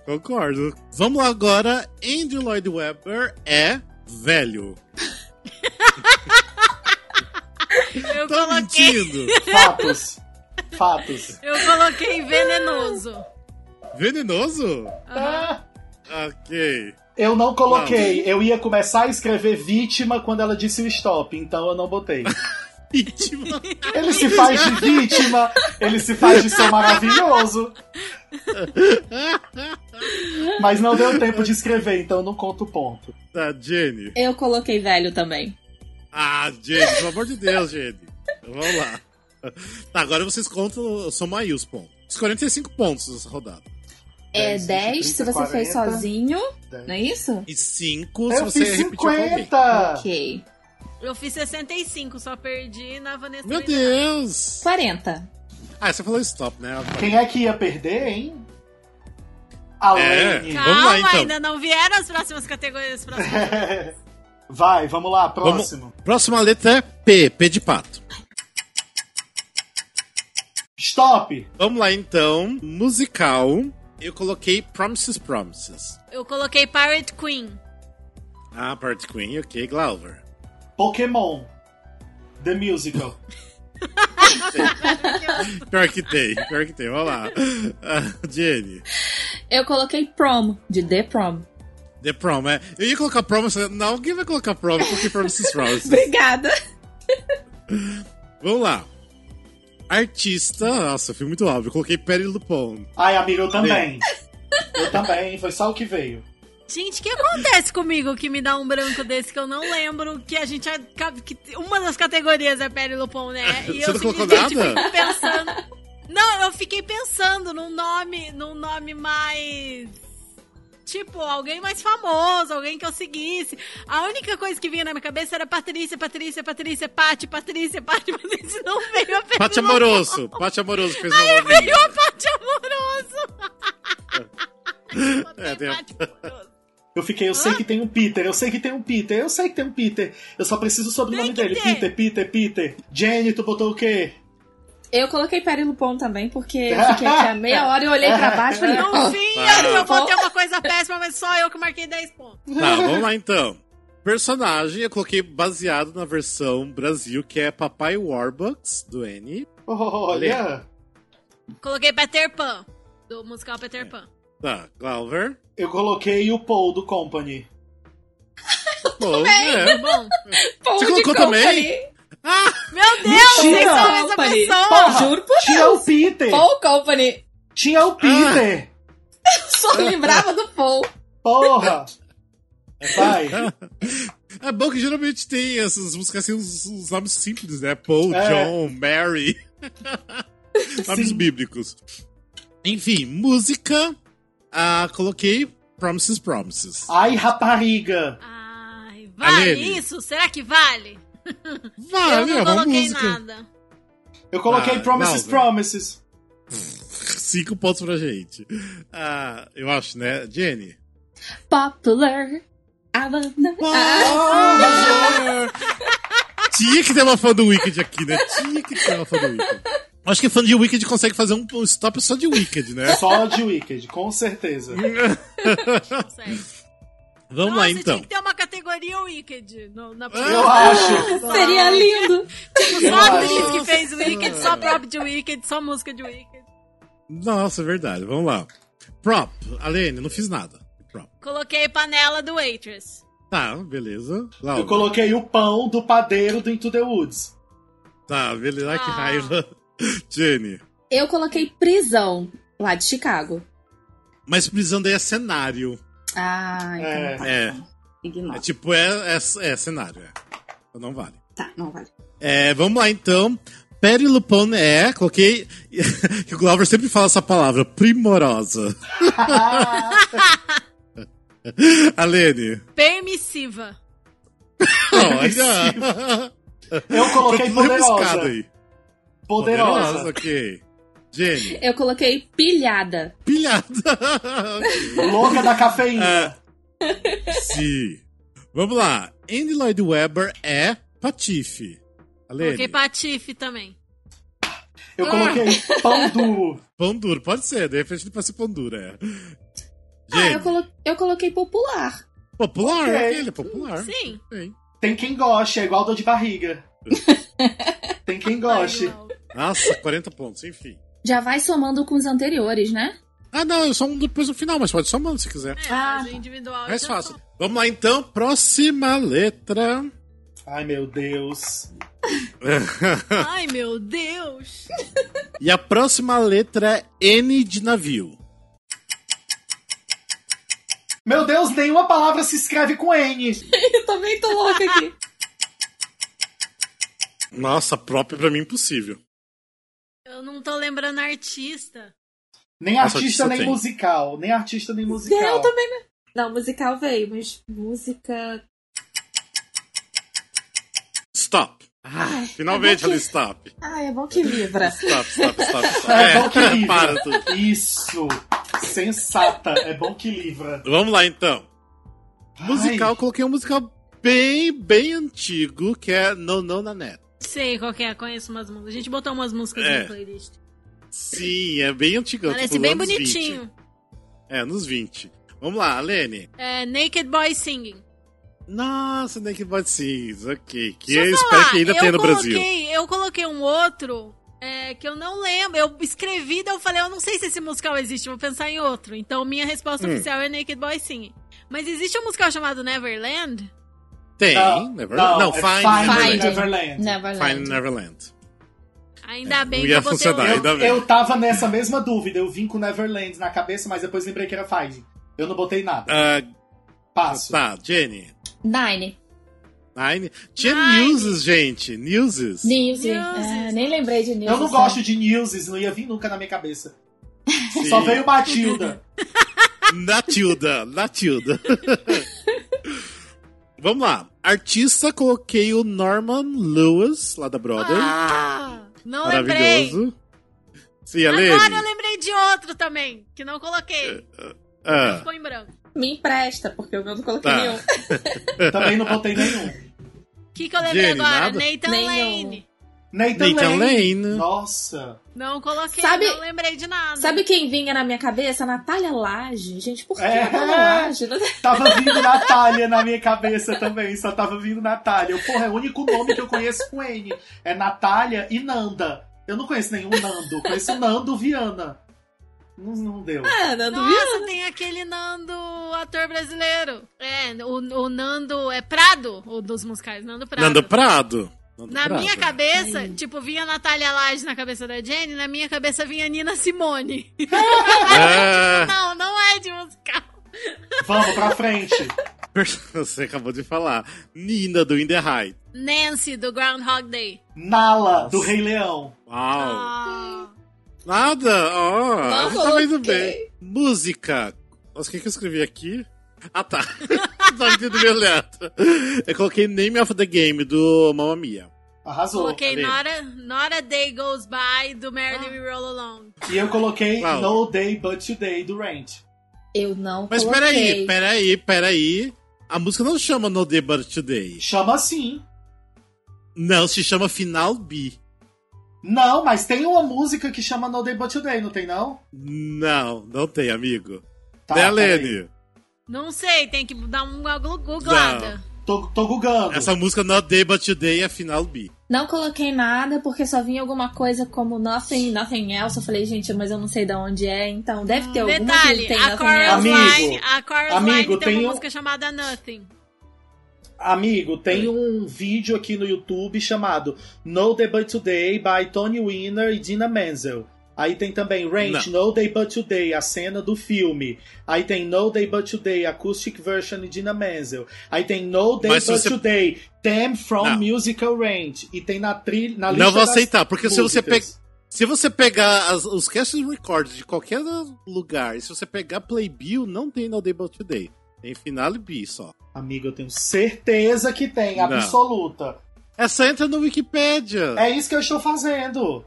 Speaker 1: Concordo. Vamos lá agora. Andrew Lloyd Webber é velho.
Speaker 2: Eu
Speaker 1: Tá
Speaker 2: coloquei.
Speaker 1: mentindo.
Speaker 3: Fatos. Fatos.
Speaker 2: Eu coloquei venenoso.
Speaker 1: Venenoso?
Speaker 2: Aham.
Speaker 1: Ok.
Speaker 3: Eu não coloquei. Eu ia começar a escrever vítima quando ela disse o stop, então eu não botei.
Speaker 1: Vítima.
Speaker 3: Ele se faz de vítima, ele se faz de ser maravilhoso. Mas não deu tempo de escrever, então não conto o ponto.
Speaker 1: Tá, Jenny.
Speaker 4: Eu coloquei velho também.
Speaker 1: Ah, Jenny, pelo amor de Deus, Jenny. Então, Vamos lá. Tá, agora vocês contam, somam aí os pontos. Os 45 pontos nessa rodada.
Speaker 4: É
Speaker 3: 10,
Speaker 4: 10
Speaker 3: 20,
Speaker 4: se você
Speaker 3: 40.
Speaker 4: fez sozinho, não é isso?
Speaker 1: E 5 se
Speaker 3: Eu
Speaker 1: você
Speaker 3: fiz
Speaker 1: repetiu com alguém.
Speaker 3: 50!
Speaker 4: Ok.
Speaker 2: Eu fiz 65, só perdi na Vanessa.
Speaker 1: Meu
Speaker 2: Bernardo.
Speaker 1: Deus!
Speaker 4: 40.
Speaker 1: Ah, você falou stop, né?
Speaker 3: Quem é que ia perder, hein? A
Speaker 1: É.
Speaker 3: Lene.
Speaker 1: Vamos
Speaker 2: Calma,
Speaker 1: lá, então.
Speaker 2: ainda não vieram as próximas categorias. As próximas...
Speaker 3: Vai, vamos lá, próximo.
Speaker 1: Próxima letra é P, P de pato.
Speaker 3: Stop!
Speaker 1: Vamos lá, então. Musical. Eu coloquei Promises, Promises.
Speaker 2: Eu coloquei Pirate Queen.
Speaker 1: Ah, Part Queen, ok, Glauber.
Speaker 3: Pokémon. The Musical.
Speaker 1: Pior que tem, pior que tem, vamos lá. Ah, Jenny.
Speaker 4: Eu coloquei prom, de The Prom.
Speaker 1: The Prom, é. Eu ia colocar Prom, mas não, alguém vai colocar Prom, é porque Promises, Promises.
Speaker 4: Obrigada.
Speaker 1: Vamos lá. Artista. Nossa, eu fui muito óbvio. Eu coloquei Perry Lupon.
Speaker 3: Ai, amigo, eu também. Eu também, foi só o que veio.
Speaker 2: Gente, o que acontece comigo que me dá um branco desse que eu não lembro? Que a gente. acaba- Que uma das categorias é Pele Lupon, né? E
Speaker 1: Você
Speaker 2: eu
Speaker 1: não colocou
Speaker 2: simplesmente
Speaker 1: nada?
Speaker 2: fico pensando. Não, eu fiquei pensando num nome, num nome mais. Tipo, alguém mais famoso, alguém que eu seguisse. A única coisa que vinha na minha cabeça era Patrícia, Patrícia, Patrícia, Pati, Patrícia, Pati, Patrícia. Não veio a Pele
Speaker 1: Pati
Speaker 2: Lupon.
Speaker 1: Amoroso. Pati Amoroso fez uma
Speaker 2: Aí veio
Speaker 1: novinha.
Speaker 2: a Pati Amoroso.
Speaker 1: É, tem a-
Speaker 2: Pati Amoroso.
Speaker 3: Eu fiquei, eu sei que tem um Peter, eu sei que tem um Peter, eu sei que tem um Peter. Eu só preciso sobre o sobrenome
Speaker 2: Tem é que
Speaker 3: dele.
Speaker 2: ter.
Speaker 3: Peter, Peter, Peter. Jenny, tu botou o quê?
Speaker 4: Eu coloquei Peri Lupon também, porque eu fiquei aqui a meia hora e olhei pra baixo e falei...
Speaker 2: No
Speaker 4: "Ah,
Speaker 2: fim,
Speaker 1: Ah.
Speaker 2: eu botei uma coisa péssima, mas só eu que marquei 10 pontos.
Speaker 1: Tá, vamos lá então. Personagem, eu coloquei baseado na versão Brasil, que é Papai Warbucks, do N.
Speaker 3: Olha,
Speaker 2: Coloquei Peter Pan, do musical Peter Pan.
Speaker 1: Tá, Glauber.
Speaker 3: eu coloquei o Paul do Company.
Speaker 1: Bom, é.
Speaker 2: Tá Bom,
Speaker 4: pão
Speaker 1: Você
Speaker 4: de
Speaker 1: colocou
Speaker 4: company.
Speaker 1: também? Ah,
Speaker 2: meu Deus,
Speaker 4: é
Speaker 2: vocês
Speaker 3: Mentira!
Speaker 2: são a mesma
Speaker 4: Company.
Speaker 2: pessoa.
Speaker 4: Juro por
Speaker 3: Tinha o
Speaker 4: Deus.
Speaker 3: Peter!
Speaker 4: Paul Company.
Speaker 3: Tinha o Peter!
Speaker 4: Só lembrava do Paul.
Speaker 3: Porra! Vai!
Speaker 1: é bom que geralmente tem essas músicas assim, uns, uns nomes simples, né? Paul,
Speaker 3: É.
Speaker 1: John, Mary. nomes
Speaker 3: Sim.
Speaker 1: bíblicos. Enfim, música. Ah, coloquei Promises, Promises.
Speaker 2: Ah,
Speaker 3: Ai, rapariga!
Speaker 2: Ai, vale
Speaker 1: Alene.
Speaker 2: isso? Será que vale?
Speaker 1: Vale,
Speaker 2: eu
Speaker 1: é
Speaker 2: não
Speaker 1: uma
Speaker 2: coloquei
Speaker 1: música.
Speaker 2: nada.
Speaker 3: Eu coloquei
Speaker 1: Ah,
Speaker 3: Promises,
Speaker 1: não, velho.
Speaker 3: Promises.
Speaker 1: Cinco pontos pra gente. Ah, eu acho, né? Jenny.
Speaker 4: Popular. Havana. Ah,
Speaker 1: Ah, Tinha que ter uma fã do Wicked aqui, né? Tinha que ter uma fã do Wicked. Acho que fã de Wicked consegue fazer um um stop só de Wicked, né?
Speaker 3: Só de Wicked, com certeza.
Speaker 2: Não sei.
Speaker 1: Vamos
Speaker 2: Nossa,
Speaker 1: lá,
Speaker 2: tinha
Speaker 1: então. Ah,
Speaker 2: que ter uma categoria Wicked. No, na
Speaker 3: Eu acho!
Speaker 4: seria lindo.
Speaker 2: Só a atriz
Speaker 1: acho.
Speaker 2: que fez Wicked, só prop de Wicked, só música de Wicked.
Speaker 1: Nossa, é verdade. Vamos lá. Prop. Alene, não fiz nada. Prop.
Speaker 2: Coloquei panela do Waitress.
Speaker 1: Tá, beleza.
Speaker 3: Eu
Speaker 1: Laura.
Speaker 3: coloquei o pão do padeiro do Into the Woods.
Speaker 1: Tá, beleza. Ai, que
Speaker 2: Ah.
Speaker 1: raiva. Jenny.
Speaker 4: Eu coloquei prisão, lá de Chicago.
Speaker 1: Mas prisão daí é cenário.
Speaker 4: Ah, então
Speaker 3: É,
Speaker 4: tá.
Speaker 1: é.
Speaker 4: Ignora.
Speaker 1: É tipo, é, é, é cenário. É. Então Não vale.
Speaker 4: Tá, não vale.
Speaker 1: É, vamos lá então. Peri Lupone é, coloquei. que o Glauber sempre fala essa palavra, primorosa. Alene.
Speaker 2: Permissiva.
Speaker 1: Olha.
Speaker 3: Eu
Speaker 1: Foi
Speaker 3: coloquei
Speaker 1: tudo rebuscado
Speaker 3: poderosa.
Speaker 1: aí.
Speaker 3: Poderosa.
Speaker 1: ok. Jenny.
Speaker 4: Eu coloquei pilhada.
Speaker 1: Pilhada.
Speaker 3: Louca da cafeína.
Speaker 1: Ah, sim. Vamos lá. Andy Lloyd Webber é Patife.
Speaker 2: Coloquei
Speaker 1: Alene.
Speaker 2: patife também.
Speaker 3: Eu coloquei
Speaker 1: Ah.
Speaker 3: pão duro.
Speaker 1: Pão duro, pode ser, de repente ele pode ser pão duro, é.
Speaker 4: Ah,
Speaker 1: Jenny.
Speaker 4: eu, colo- eu coloquei popular.
Speaker 1: Popular,
Speaker 3: Ok.
Speaker 1: ok, ele é popular.
Speaker 2: Sim.
Speaker 1: Bem.
Speaker 3: Tem quem goste, é igual dor de barriga. Tem quem goste.
Speaker 2: Aí, Lau.
Speaker 1: Nossa, 40 pontos, enfim.
Speaker 4: Já vai somando com os anteriores, né?
Speaker 1: Ah, não, eu só um depois no final, mas pode somando se quiser.
Speaker 2: É, um
Speaker 4: Ah,
Speaker 2: mas
Speaker 4: tá.
Speaker 2: o individual.
Speaker 1: Mais
Speaker 2: já
Speaker 1: fácil.
Speaker 2: só-
Speaker 1: Vamos lá então, próxima letra.
Speaker 3: Ai, meu Deus.
Speaker 2: Ai, meu Deus.
Speaker 1: e a próxima letra é N de navio.
Speaker 3: Meu Deus, nenhuma palavra se escreve com N.
Speaker 4: Eu também tô louca aqui.
Speaker 1: Nossa, próprio pra mim impossível.
Speaker 2: Eu não tô lembrando artista.
Speaker 3: Nem
Speaker 1: Nossa,
Speaker 3: artista,
Speaker 1: artista
Speaker 3: nem
Speaker 1: tem.
Speaker 3: musical. Nem artista, nem musical.
Speaker 4: Eu também não. Não, musical veio, mas música.
Speaker 1: Stop. Ah, finalmente
Speaker 4: é bom que-
Speaker 1: ali, stop.
Speaker 4: Ah, é bom que livra.
Speaker 1: Stop, stop, stop, stop.
Speaker 3: É bom que livra.
Speaker 1: para tudo.
Speaker 3: Isso. Sensata. É bom que livra.
Speaker 1: Vamos lá então.
Speaker 3: Ai,
Speaker 1: Musical, coloquei um musical bem, bem antigo, que é Não Não na Net.
Speaker 2: Sei qual que é, conheço umas músicas. A gente botou umas músicas
Speaker 1: É.
Speaker 2: na playlist.
Speaker 1: Sim, é bem antigão.
Speaker 2: Parece
Speaker 1: tipo,
Speaker 2: bem
Speaker 1: anos 20.
Speaker 2: bonitinho.
Speaker 1: É, nos 20. Vamos lá, Lene.
Speaker 2: É, Naked Boy Singing.
Speaker 1: Nossa, é Naked Bad Seeds, ok. Que
Speaker 2: Deixa
Speaker 1: eu
Speaker 2: eu
Speaker 1: espero
Speaker 2: falar,
Speaker 1: que ainda
Speaker 2: Ah, eu
Speaker 1: tenha no
Speaker 2: coloquei,
Speaker 1: Brasil.
Speaker 2: Eu coloquei um outro é, que eu não lembro. Eu escrevi, daí eu falei, eu não sei se esse musical existe, vou pensar em outro. Então minha resposta
Speaker 1: Hum.
Speaker 2: oficial é Naked Boy Singing. Mas existe um musical chamado Neverland?
Speaker 1: Tem,
Speaker 3: Não,
Speaker 1: Neverland. Não,
Speaker 3: é
Speaker 1: Fine,
Speaker 4: Fine.
Speaker 1: Neverland.
Speaker 3: Neverland.
Speaker 1: Fine
Speaker 4: Neverland.
Speaker 1: Neverland.
Speaker 2: Ainda bem
Speaker 1: É, não
Speaker 2: que
Speaker 1: ia
Speaker 2: eu botei
Speaker 1: funcionar,
Speaker 2: um...
Speaker 1: ainda
Speaker 3: Eu,
Speaker 1: bem.
Speaker 3: eu tava nessa mesma dúvida. Eu vim com Neverland na cabeça, mas depois lembrei que era Fine. Eu não botei nada.
Speaker 1: Ah,
Speaker 3: Passo.
Speaker 1: tá, Jenny.
Speaker 4: Nine.
Speaker 1: Nine. Tinha
Speaker 2: Nine.
Speaker 1: Newses, gente. Newses.
Speaker 5: Nilce.
Speaker 4: é,
Speaker 2: Nilce.
Speaker 5: Ah, nem lembrei de Nilce.
Speaker 3: Eu não gosto de Newses, não ia vir nunca na minha cabeça. Só veio Matilda.
Speaker 1: Natilda. Natilda. Vamos lá. Artista, coloquei o Norman Lewis, lá da Broadway.
Speaker 2: Ah, não lembrei.
Speaker 1: Maravilhoso. Sim, a
Speaker 2: Agora eu
Speaker 1: Lene.
Speaker 2: lembrei de outro também, que não coloquei.
Speaker 1: Ah.
Speaker 2: Ficou em branco.
Speaker 4: Me empresta, porque eu não coloquei
Speaker 1: Tá.
Speaker 4: nenhum.
Speaker 3: Também não botei nenhum.
Speaker 2: O que, que eu lembrei
Speaker 1: Jenny,
Speaker 2: agora?
Speaker 1: nada?
Speaker 2: Nathan
Speaker 4: Nenhum.
Speaker 2: Lane.
Speaker 3: Nathan,
Speaker 1: Nathan
Speaker 3: Lane.
Speaker 1: Lane.
Speaker 3: Nossa.
Speaker 2: Não coloquei,
Speaker 4: Sabe-
Speaker 2: não lembrei de nada.
Speaker 4: Sabe quem vinha na minha cabeça? Natália Laje. Gente, por que
Speaker 3: É.
Speaker 4: Natália Laje? Não-
Speaker 3: Tava vindo Natália na minha cabeça também. Só tava vindo Natália. Eu, porra, é o único nome que eu conheço com N. É Natália e Nanda. Eu não conheço nenhum Nando. Conheço Nando Viana. Não, não deu.
Speaker 4: Ah, não duvido.
Speaker 2: Nossa, tem aquele Nando, ator brasileiro. É, o, o Nando é Prado, o dos musicais, Nando Prado.
Speaker 1: Nando Prado. Nando
Speaker 2: Na
Speaker 1: Prado.
Speaker 2: minha cabeça, tipo, vinha Natália Laje na cabeça da Jenny, na minha cabeça vinha Nina Simone.
Speaker 1: É,
Speaker 2: não, não é de musical.
Speaker 3: Vamos pra frente.
Speaker 1: É. Você acabou de falar. Nina do In The High.
Speaker 2: Nancy, do Groundhog Day.
Speaker 3: Nala, do Rei Leão.
Speaker 1: Uau.
Speaker 2: Ah,
Speaker 1: Nada? Ó,
Speaker 4: Não
Speaker 1: você tá indo
Speaker 4: coloquei.
Speaker 1: bem. Música. Nossa, o que, que eu escrevi aqui? Ah, tá. tá entendendo minha letra. Eu coloquei Name of the Game do Mamma Mia.
Speaker 3: Arrasou.
Speaker 2: coloquei
Speaker 1: Alene.
Speaker 2: Nora, Nora Day Goes By, do
Speaker 4: Ah.
Speaker 2: Merrily We Roll Along.
Speaker 3: E eu coloquei
Speaker 1: Uau.
Speaker 3: No Day But Today, do Rent.
Speaker 4: Eu não
Speaker 1: Mas
Speaker 4: coloquei.
Speaker 1: peraí, peraí, peraí. A música não chama No Day But Today.
Speaker 3: Chama assim.
Speaker 1: Não, se chama Final B.
Speaker 3: Não, mas tem uma música que chama No Day But Today, não tem não?
Speaker 1: Não, não tem, amigo.
Speaker 3: Tá,
Speaker 1: né,
Speaker 3: peraí.
Speaker 1: Lene?
Speaker 2: Não sei, tem que dar uma glu- googlada.
Speaker 3: Tô, tô googando.
Speaker 1: Essa música Not Day But Today é final B.
Speaker 4: Não coloquei nada, porque só vinha alguma coisa como Nothing, Nothing Else. Eu falei, gente, mas eu não sei de onde é, então deve ter alguma coisa
Speaker 2: Detalhe,
Speaker 4: que tem
Speaker 2: a
Speaker 4: Nothing Else.
Speaker 3: Amigo,
Speaker 2: Coraline, a Coraline
Speaker 3: amigo,
Speaker 2: tem
Speaker 3: tem
Speaker 2: uma
Speaker 3: um-
Speaker 2: música chamada Nothing.
Speaker 3: Amigo,
Speaker 1: É.
Speaker 3: tem um vídeo aqui no YouTube chamado No Debut Today by Tony Winner e Dina Menzel. Aí tem também Range, No Day But Today, a cena do filme. Aí tem No Day But Today, acoustic version de Dina Menzel. Aí tem No Day
Speaker 1: Mas se
Speaker 3: But
Speaker 1: você-
Speaker 3: Today, Them From
Speaker 1: Não.
Speaker 3: Musical Range. E tem na trilha, na lista
Speaker 1: Não vou
Speaker 3: das
Speaker 1: aceitar, porque se você, pe...
Speaker 3: músicas.
Speaker 1: se você pegar as- os casting records de qualquer lugar, e se você pegar Playbill, não tem No Day But Today. Tem Finale B só.
Speaker 3: Amigo, eu tenho certeza que tem,
Speaker 1: Não.
Speaker 3: absoluta.
Speaker 1: Essa entra no Wikipedia.
Speaker 3: É isso que eu estou fazendo.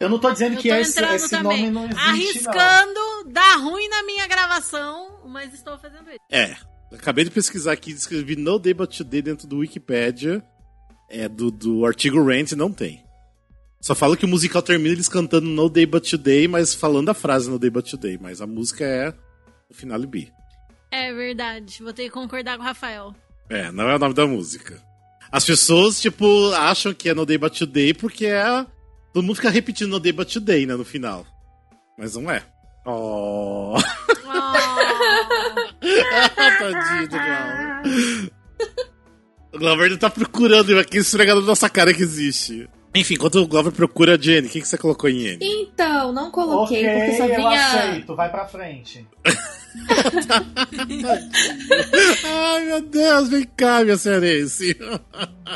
Speaker 3: Eu não tô dizendo
Speaker 2: Eu
Speaker 3: É que
Speaker 2: tô
Speaker 3: esse,
Speaker 2: entrando
Speaker 3: esse
Speaker 2: também.
Speaker 3: nome não existe, não.
Speaker 2: Arriscando dar ruim na minha gravação, mas estou fazendo isso.
Speaker 1: É. Acabei de pesquisar aqui, escrevi No Day But Today dentro do Wikipedia. É, do, do artigo Rant, não tem. Só fala que o musical termina eles cantando No Day But Today, mas falando a frase No Day But Today. Mas a música é o Finale B.
Speaker 2: É verdade. Vou ter que concordar com o Rafael.
Speaker 1: É, não é o nome da música. As pessoas, tipo, acham que é No Day But Today porque é. Todo mundo fica repetindo No Day But Today, né, no final. Mas não é. Oh.
Speaker 2: Oh.
Speaker 1: Tadinho do Glauber. O Glauber ainda tá procurando vai que esfregar na nossa cara que existe. Enfim, enquanto o Glauber procura a Jenny, o que, que você colocou em N?
Speaker 4: Então, não coloquei, porque
Speaker 3: ok,
Speaker 4: só
Speaker 3: eu
Speaker 4: vinha.
Speaker 3: aceito, vai pra frente.
Speaker 1: Ai, meu Deus, vem cá, minha cearense.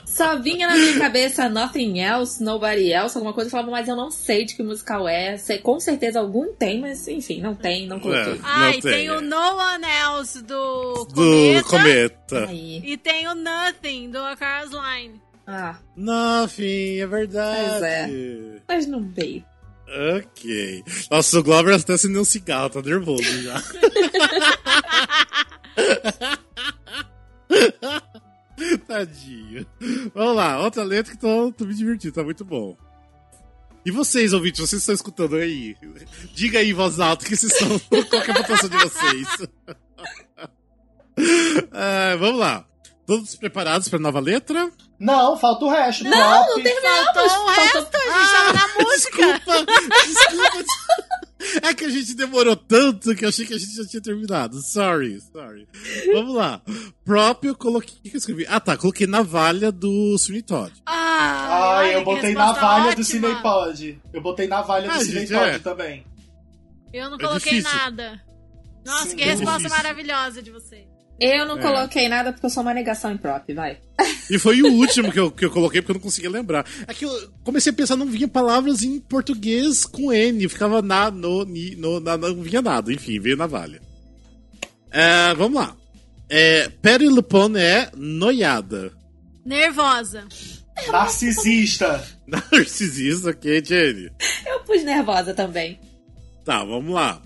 Speaker 4: Só vinha na minha cabeça Nothing Else, Nobody Else, alguma coisa. Eu falava, mas eu não sei de que musical é. Sei- com certeza algum tem, mas enfim, não tem, não coloquei.
Speaker 1: É.
Speaker 2: Ah,
Speaker 1: Não
Speaker 2: e tem
Speaker 1: tem,
Speaker 2: o
Speaker 1: é.
Speaker 2: No One Else do,
Speaker 1: Do
Speaker 2: Cometa,
Speaker 1: cometa.
Speaker 4: Aí.
Speaker 2: e tem o Nothing do A Cars Line.
Speaker 4: Ah,
Speaker 1: Nothing, é
Speaker 4: Pois
Speaker 1: verdade.
Speaker 4: mas não veio.
Speaker 1: Ok. Nossa, o Glauber até acendeu um cigarro, tá nervoso já. Tadinho. Vamos lá, outra letra que tô, tô me divertindo, tá muito bom. E vocês, ouvintes, vocês estão escutando aí? Diga aí em voz alta que vocês estão. Qual que é a votação de vocês? Ah, vamos lá. Todos preparados pra nova letra?
Speaker 3: Não, falta o resto. Não, não tem
Speaker 2: Faltou o resto,
Speaker 4: faltou-
Speaker 2: a gente tava na música.
Speaker 1: Desculpa, desculpa. É que a gente demorou tanto que eu achei que a gente já tinha terminado. Sorry, sorry. Vamos lá. Próprio, coloquei. O que que eu escrevi? Ah, tá. Coloquei navalha do Sweeney Todd.
Speaker 2: Ah,
Speaker 3: Ai,
Speaker 2: olha
Speaker 3: eu
Speaker 2: que
Speaker 3: botei
Speaker 2: resposta
Speaker 3: navalha do
Speaker 2: ótima.
Speaker 3: Cinepod. Eu botei navalha
Speaker 1: Ah,
Speaker 3: do
Speaker 1: gente,
Speaker 3: Cinepod
Speaker 1: é.
Speaker 3: também.
Speaker 2: Eu não
Speaker 1: É
Speaker 2: coloquei
Speaker 1: difícil.
Speaker 2: nada. Nossa,
Speaker 3: Sim,
Speaker 2: que
Speaker 3: é
Speaker 2: resposta
Speaker 1: difícil.
Speaker 2: maravilhosa de vocês.
Speaker 4: Eu não
Speaker 1: É.
Speaker 4: coloquei nada porque eu sou uma negação imprópria, vai.
Speaker 1: E foi o último que eu, que eu coloquei porque eu não conseguia lembrar. É que eu comecei a pensar, não vinha palavras em português com N. Ficava na, no, ni, no, na, não vinha nada. Enfim, veio navalha. É, vamos lá. É, Perry Lupone é noiada.
Speaker 2: Nervosa.
Speaker 3: É Narcisista.
Speaker 1: Narcisista, ok, Jenny?
Speaker 4: Eu pus nervosa também.
Speaker 1: Tá, vamos lá.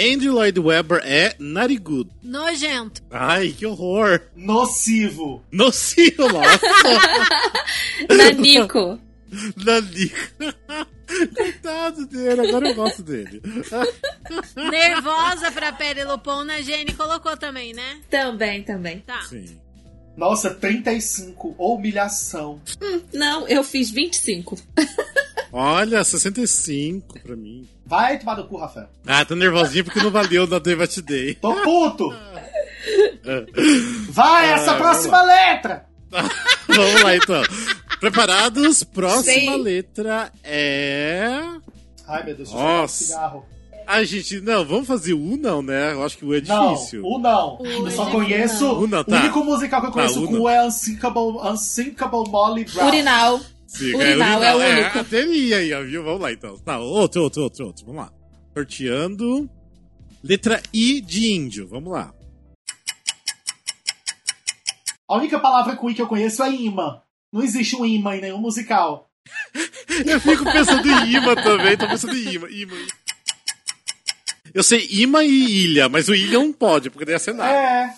Speaker 1: Andrew Lloyd Webber é narigudo.
Speaker 2: Nojento.
Speaker 1: Ai, que horror.
Speaker 3: Nocivo.
Speaker 1: Nocivo, nossa.
Speaker 4: Nanico.
Speaker 1: Nanico. Coitado dele, agora eu gosto dele.
Speaker 2: Nervosa pra Pere Lupon, a Jenny colocou também, né?
Speaker 4: também, também.
Speaker 2: Tá.
Speaker 1: Sim.
Speaker 3: Nossa, 35. Humilhação.
Speaker 4: Não, eu fiz 25.
Speaker 1: Olha, 65 pra mim.
Speaker 3: Vai tomar no cu, Rafael.
Speaker 1: Ah, tô nervosinho porque não valeu na Day Bat Day.
Speaker 3: Tô puto. Vai,
Speaker 1: Ah,
Speaker 3: essa
Speaker 1: vamos
Speaker 3: próxima letra.
Speaker 1: Vamos lá, então. Preparados? Próxima
Speaker 4: Sim.
Speaker 1: letra é...
Speaker 3: Ai, meu Deus. deixa eu
Speaker 1: Nossa.
Speaker 3: pegar um cigarro.
Speaker 1: Ai, gente, não, vamos fazer o não, né? Eu acho que o é
Speaker 3: Não,
Speaker 1: difícil.
Speaker 3: o não. Eu
Speaker 2: Hoje
Speaker 3: só
Speaker 2: é
Speaker 3: conheço.
Speaker 1: não. O não, tá.
Speaker 3: O único musical que eu conheço
Speaker 1: o
Speaker 3: com
Speaker 1: não.
Speaker 3: é Unsinkable, Unsinkable Molly Brown.
Speaker 4: Urinal.
Speaker 1: Sim,
Speaker 4: Urinal é o único.
Speaker 1: É, teria aí, ó, viu? Vamos lá então. Tá, outro, outro, outro, outro. Vamos lá. Sorteando. Letra I de índio. Vamos lá.
Speaker 3: A única palavra com I que eu conheço é imã. Não existe um imã em nenhum musical.
Speaker 1: Eu fico pensando em imã também. Tô pensando em imã. imã. Eu sei imã e ilha, mas o ilha não pode, porque daí é cenário.
Speaker 3: É.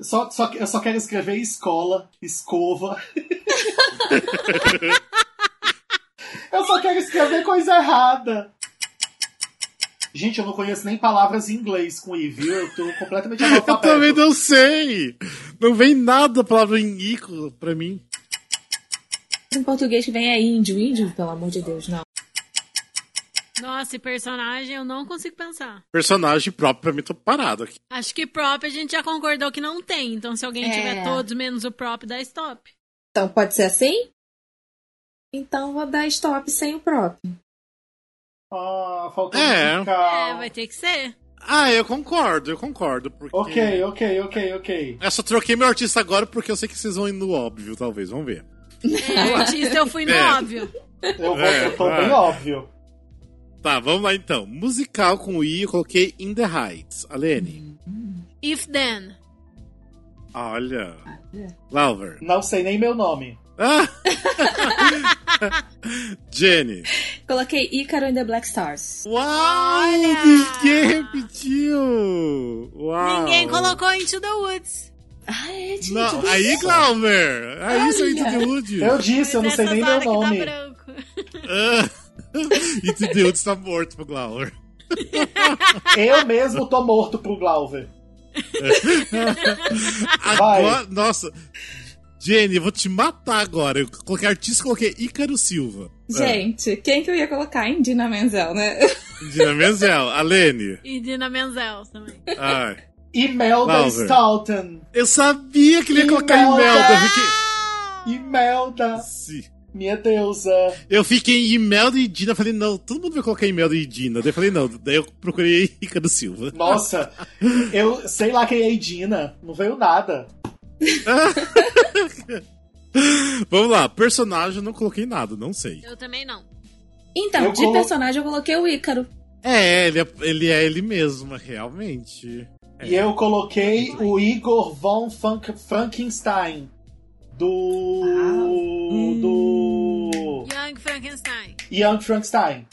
Speaker 3: Só, só, eu só quero escrever escola, escova. eu só quero escrever coisa errada. Gente, eu não conheço nem palavras em inglês com I, viu? Eu tô completamente
Speaker 1: Eu também
Speaker 3: analfabeto.
Speaker 1: não sei. Não vem nada a palavra em ico pra mim.
Speaker 4: Em português que vem é índio. Índio, pelo amor de Deus, não.
Speaker 2: Nossa, e personagem eu não consigo pensar.
Speaker 1: Personagem próprio pra mim, tô parado aqui.
Speaker 2: Acho que prop a gente já concordou que não tem. Então, se alguém
Speaker 4: É.
Speaker 2: tiver todos menos o prop, dá stop.
Speaker 4: Então pode ser assim? Então vou dar stop sem o próprio.
Speaker 3: Ah, faltou
Speaker 1: É.
Speaker 3: musical.
Speaker 2: É, vai ter que ser.
Speaker 1: Ah, eu concordo, eu concordo. Porque
Speaker 3: Ok, ok, ok, ok.
Speaker 1: Eu só troquei meu artista agora porque eu sei que vocês vão ir no óbvio, talvez. Vamos ver.
Speaker 2: É, artista, eu fui no
Speaker 1: É.
Speaker 2: óbvio.
Speaker 3: Eu, vou,
Speaker 1: É,
Speaker 3: eu tô
Speaker 1: vai.
Speaker 3: bem óbvio.
Speaker 1: Tá, vamos lá então. Musical com I, eu coloquei In the Heights. Alene.
Speaker 2: Hum. If Then.
Speaker 1: Olha.
Speaker 2: Ah, é.
Speaker 1: Lauver.
Speaker 3: Não sei nem meu nome.
Speaker 1: Ah! Jenny.
Speaker 4: Coloquei Ícaro in the Black Stars.
Speaker 1: Uau!
Speaker 2: Olha!
Speaker 1: Ninguém repetiu! Uau!
Speaker 2: Ninguém colocou Into the Woods.
Speaker 4: Ah, é, gente.
Speaker 1: Não,
Speaker 4: olha
Speaker 1: aí,
Speaker 4: só.
Speaker 1: Glauber! Aí, seu Into the Wood!
Speaker 3: Eu disse, eu não
Speaker 2: Mas
Speaker 3: sei
Speaker 2: nessas
Speaker 3: nem meu
Speaker 2: horas que
Speaker 3: nome.
Speaker 2: Tá branco.
Speaker 1: Ah, Into the Wood está morto pro Glauber.
Speaker 3: Eu mesmo tô morto pro Glauver.
Speaker 1: Agora, nossa. Jenny, eu vou te matar agora. Eu coloquei artista, coloquei Ícaro Silva.
Speaker 4: Gente, quem que eu ia colocar? Indina Menzel, né?
Speaker 1: Dina Ah, Menzel, Alene.
Speaker 2: E Dina Menzel também.
Speaker 1: Ai.
Speaker 3: Imelda
Speaker 1: Glauver.
Speaker 3: Stalton.
Speaker 1: Eu sabia que ele ia colocar
Speaker 3: Imelda.
Speaker 1: Imelda. Eu fiquei.
Speaker 3: Imelda,
Speaker 1: Sim.
Speaker 3: minha deusa.
Speaker 1: Eu fiquei em Imelda e Dina. Falei, não, todo mundo vai colocar Imelda e Dina. Daí eu falei, não. Daí eu procurei Ícaro Silva.
Speaker 3: Nossa, eu sei lá quem é Edina. Não veio nada.
Speaker 1: Vamos lá, personagem eu não coloquei nada, não sei.
Speaker 2: Eu também não.
Speaker 4: Então,
Speaker 3: Eu
Speaker 4: de
Speaker 3: colo-
Speaker 4: personagem eu coloquei o Ícaro.
Speaker 1: É, ele é ele, é ele mesmo, realmente.
Speaker 3: E eu coloquei o Igor von Funk- Frankenstein. Do. Do.
Speaker 2: Young Frankenstein. Ah,
Speaker 3: Young Frankenstein.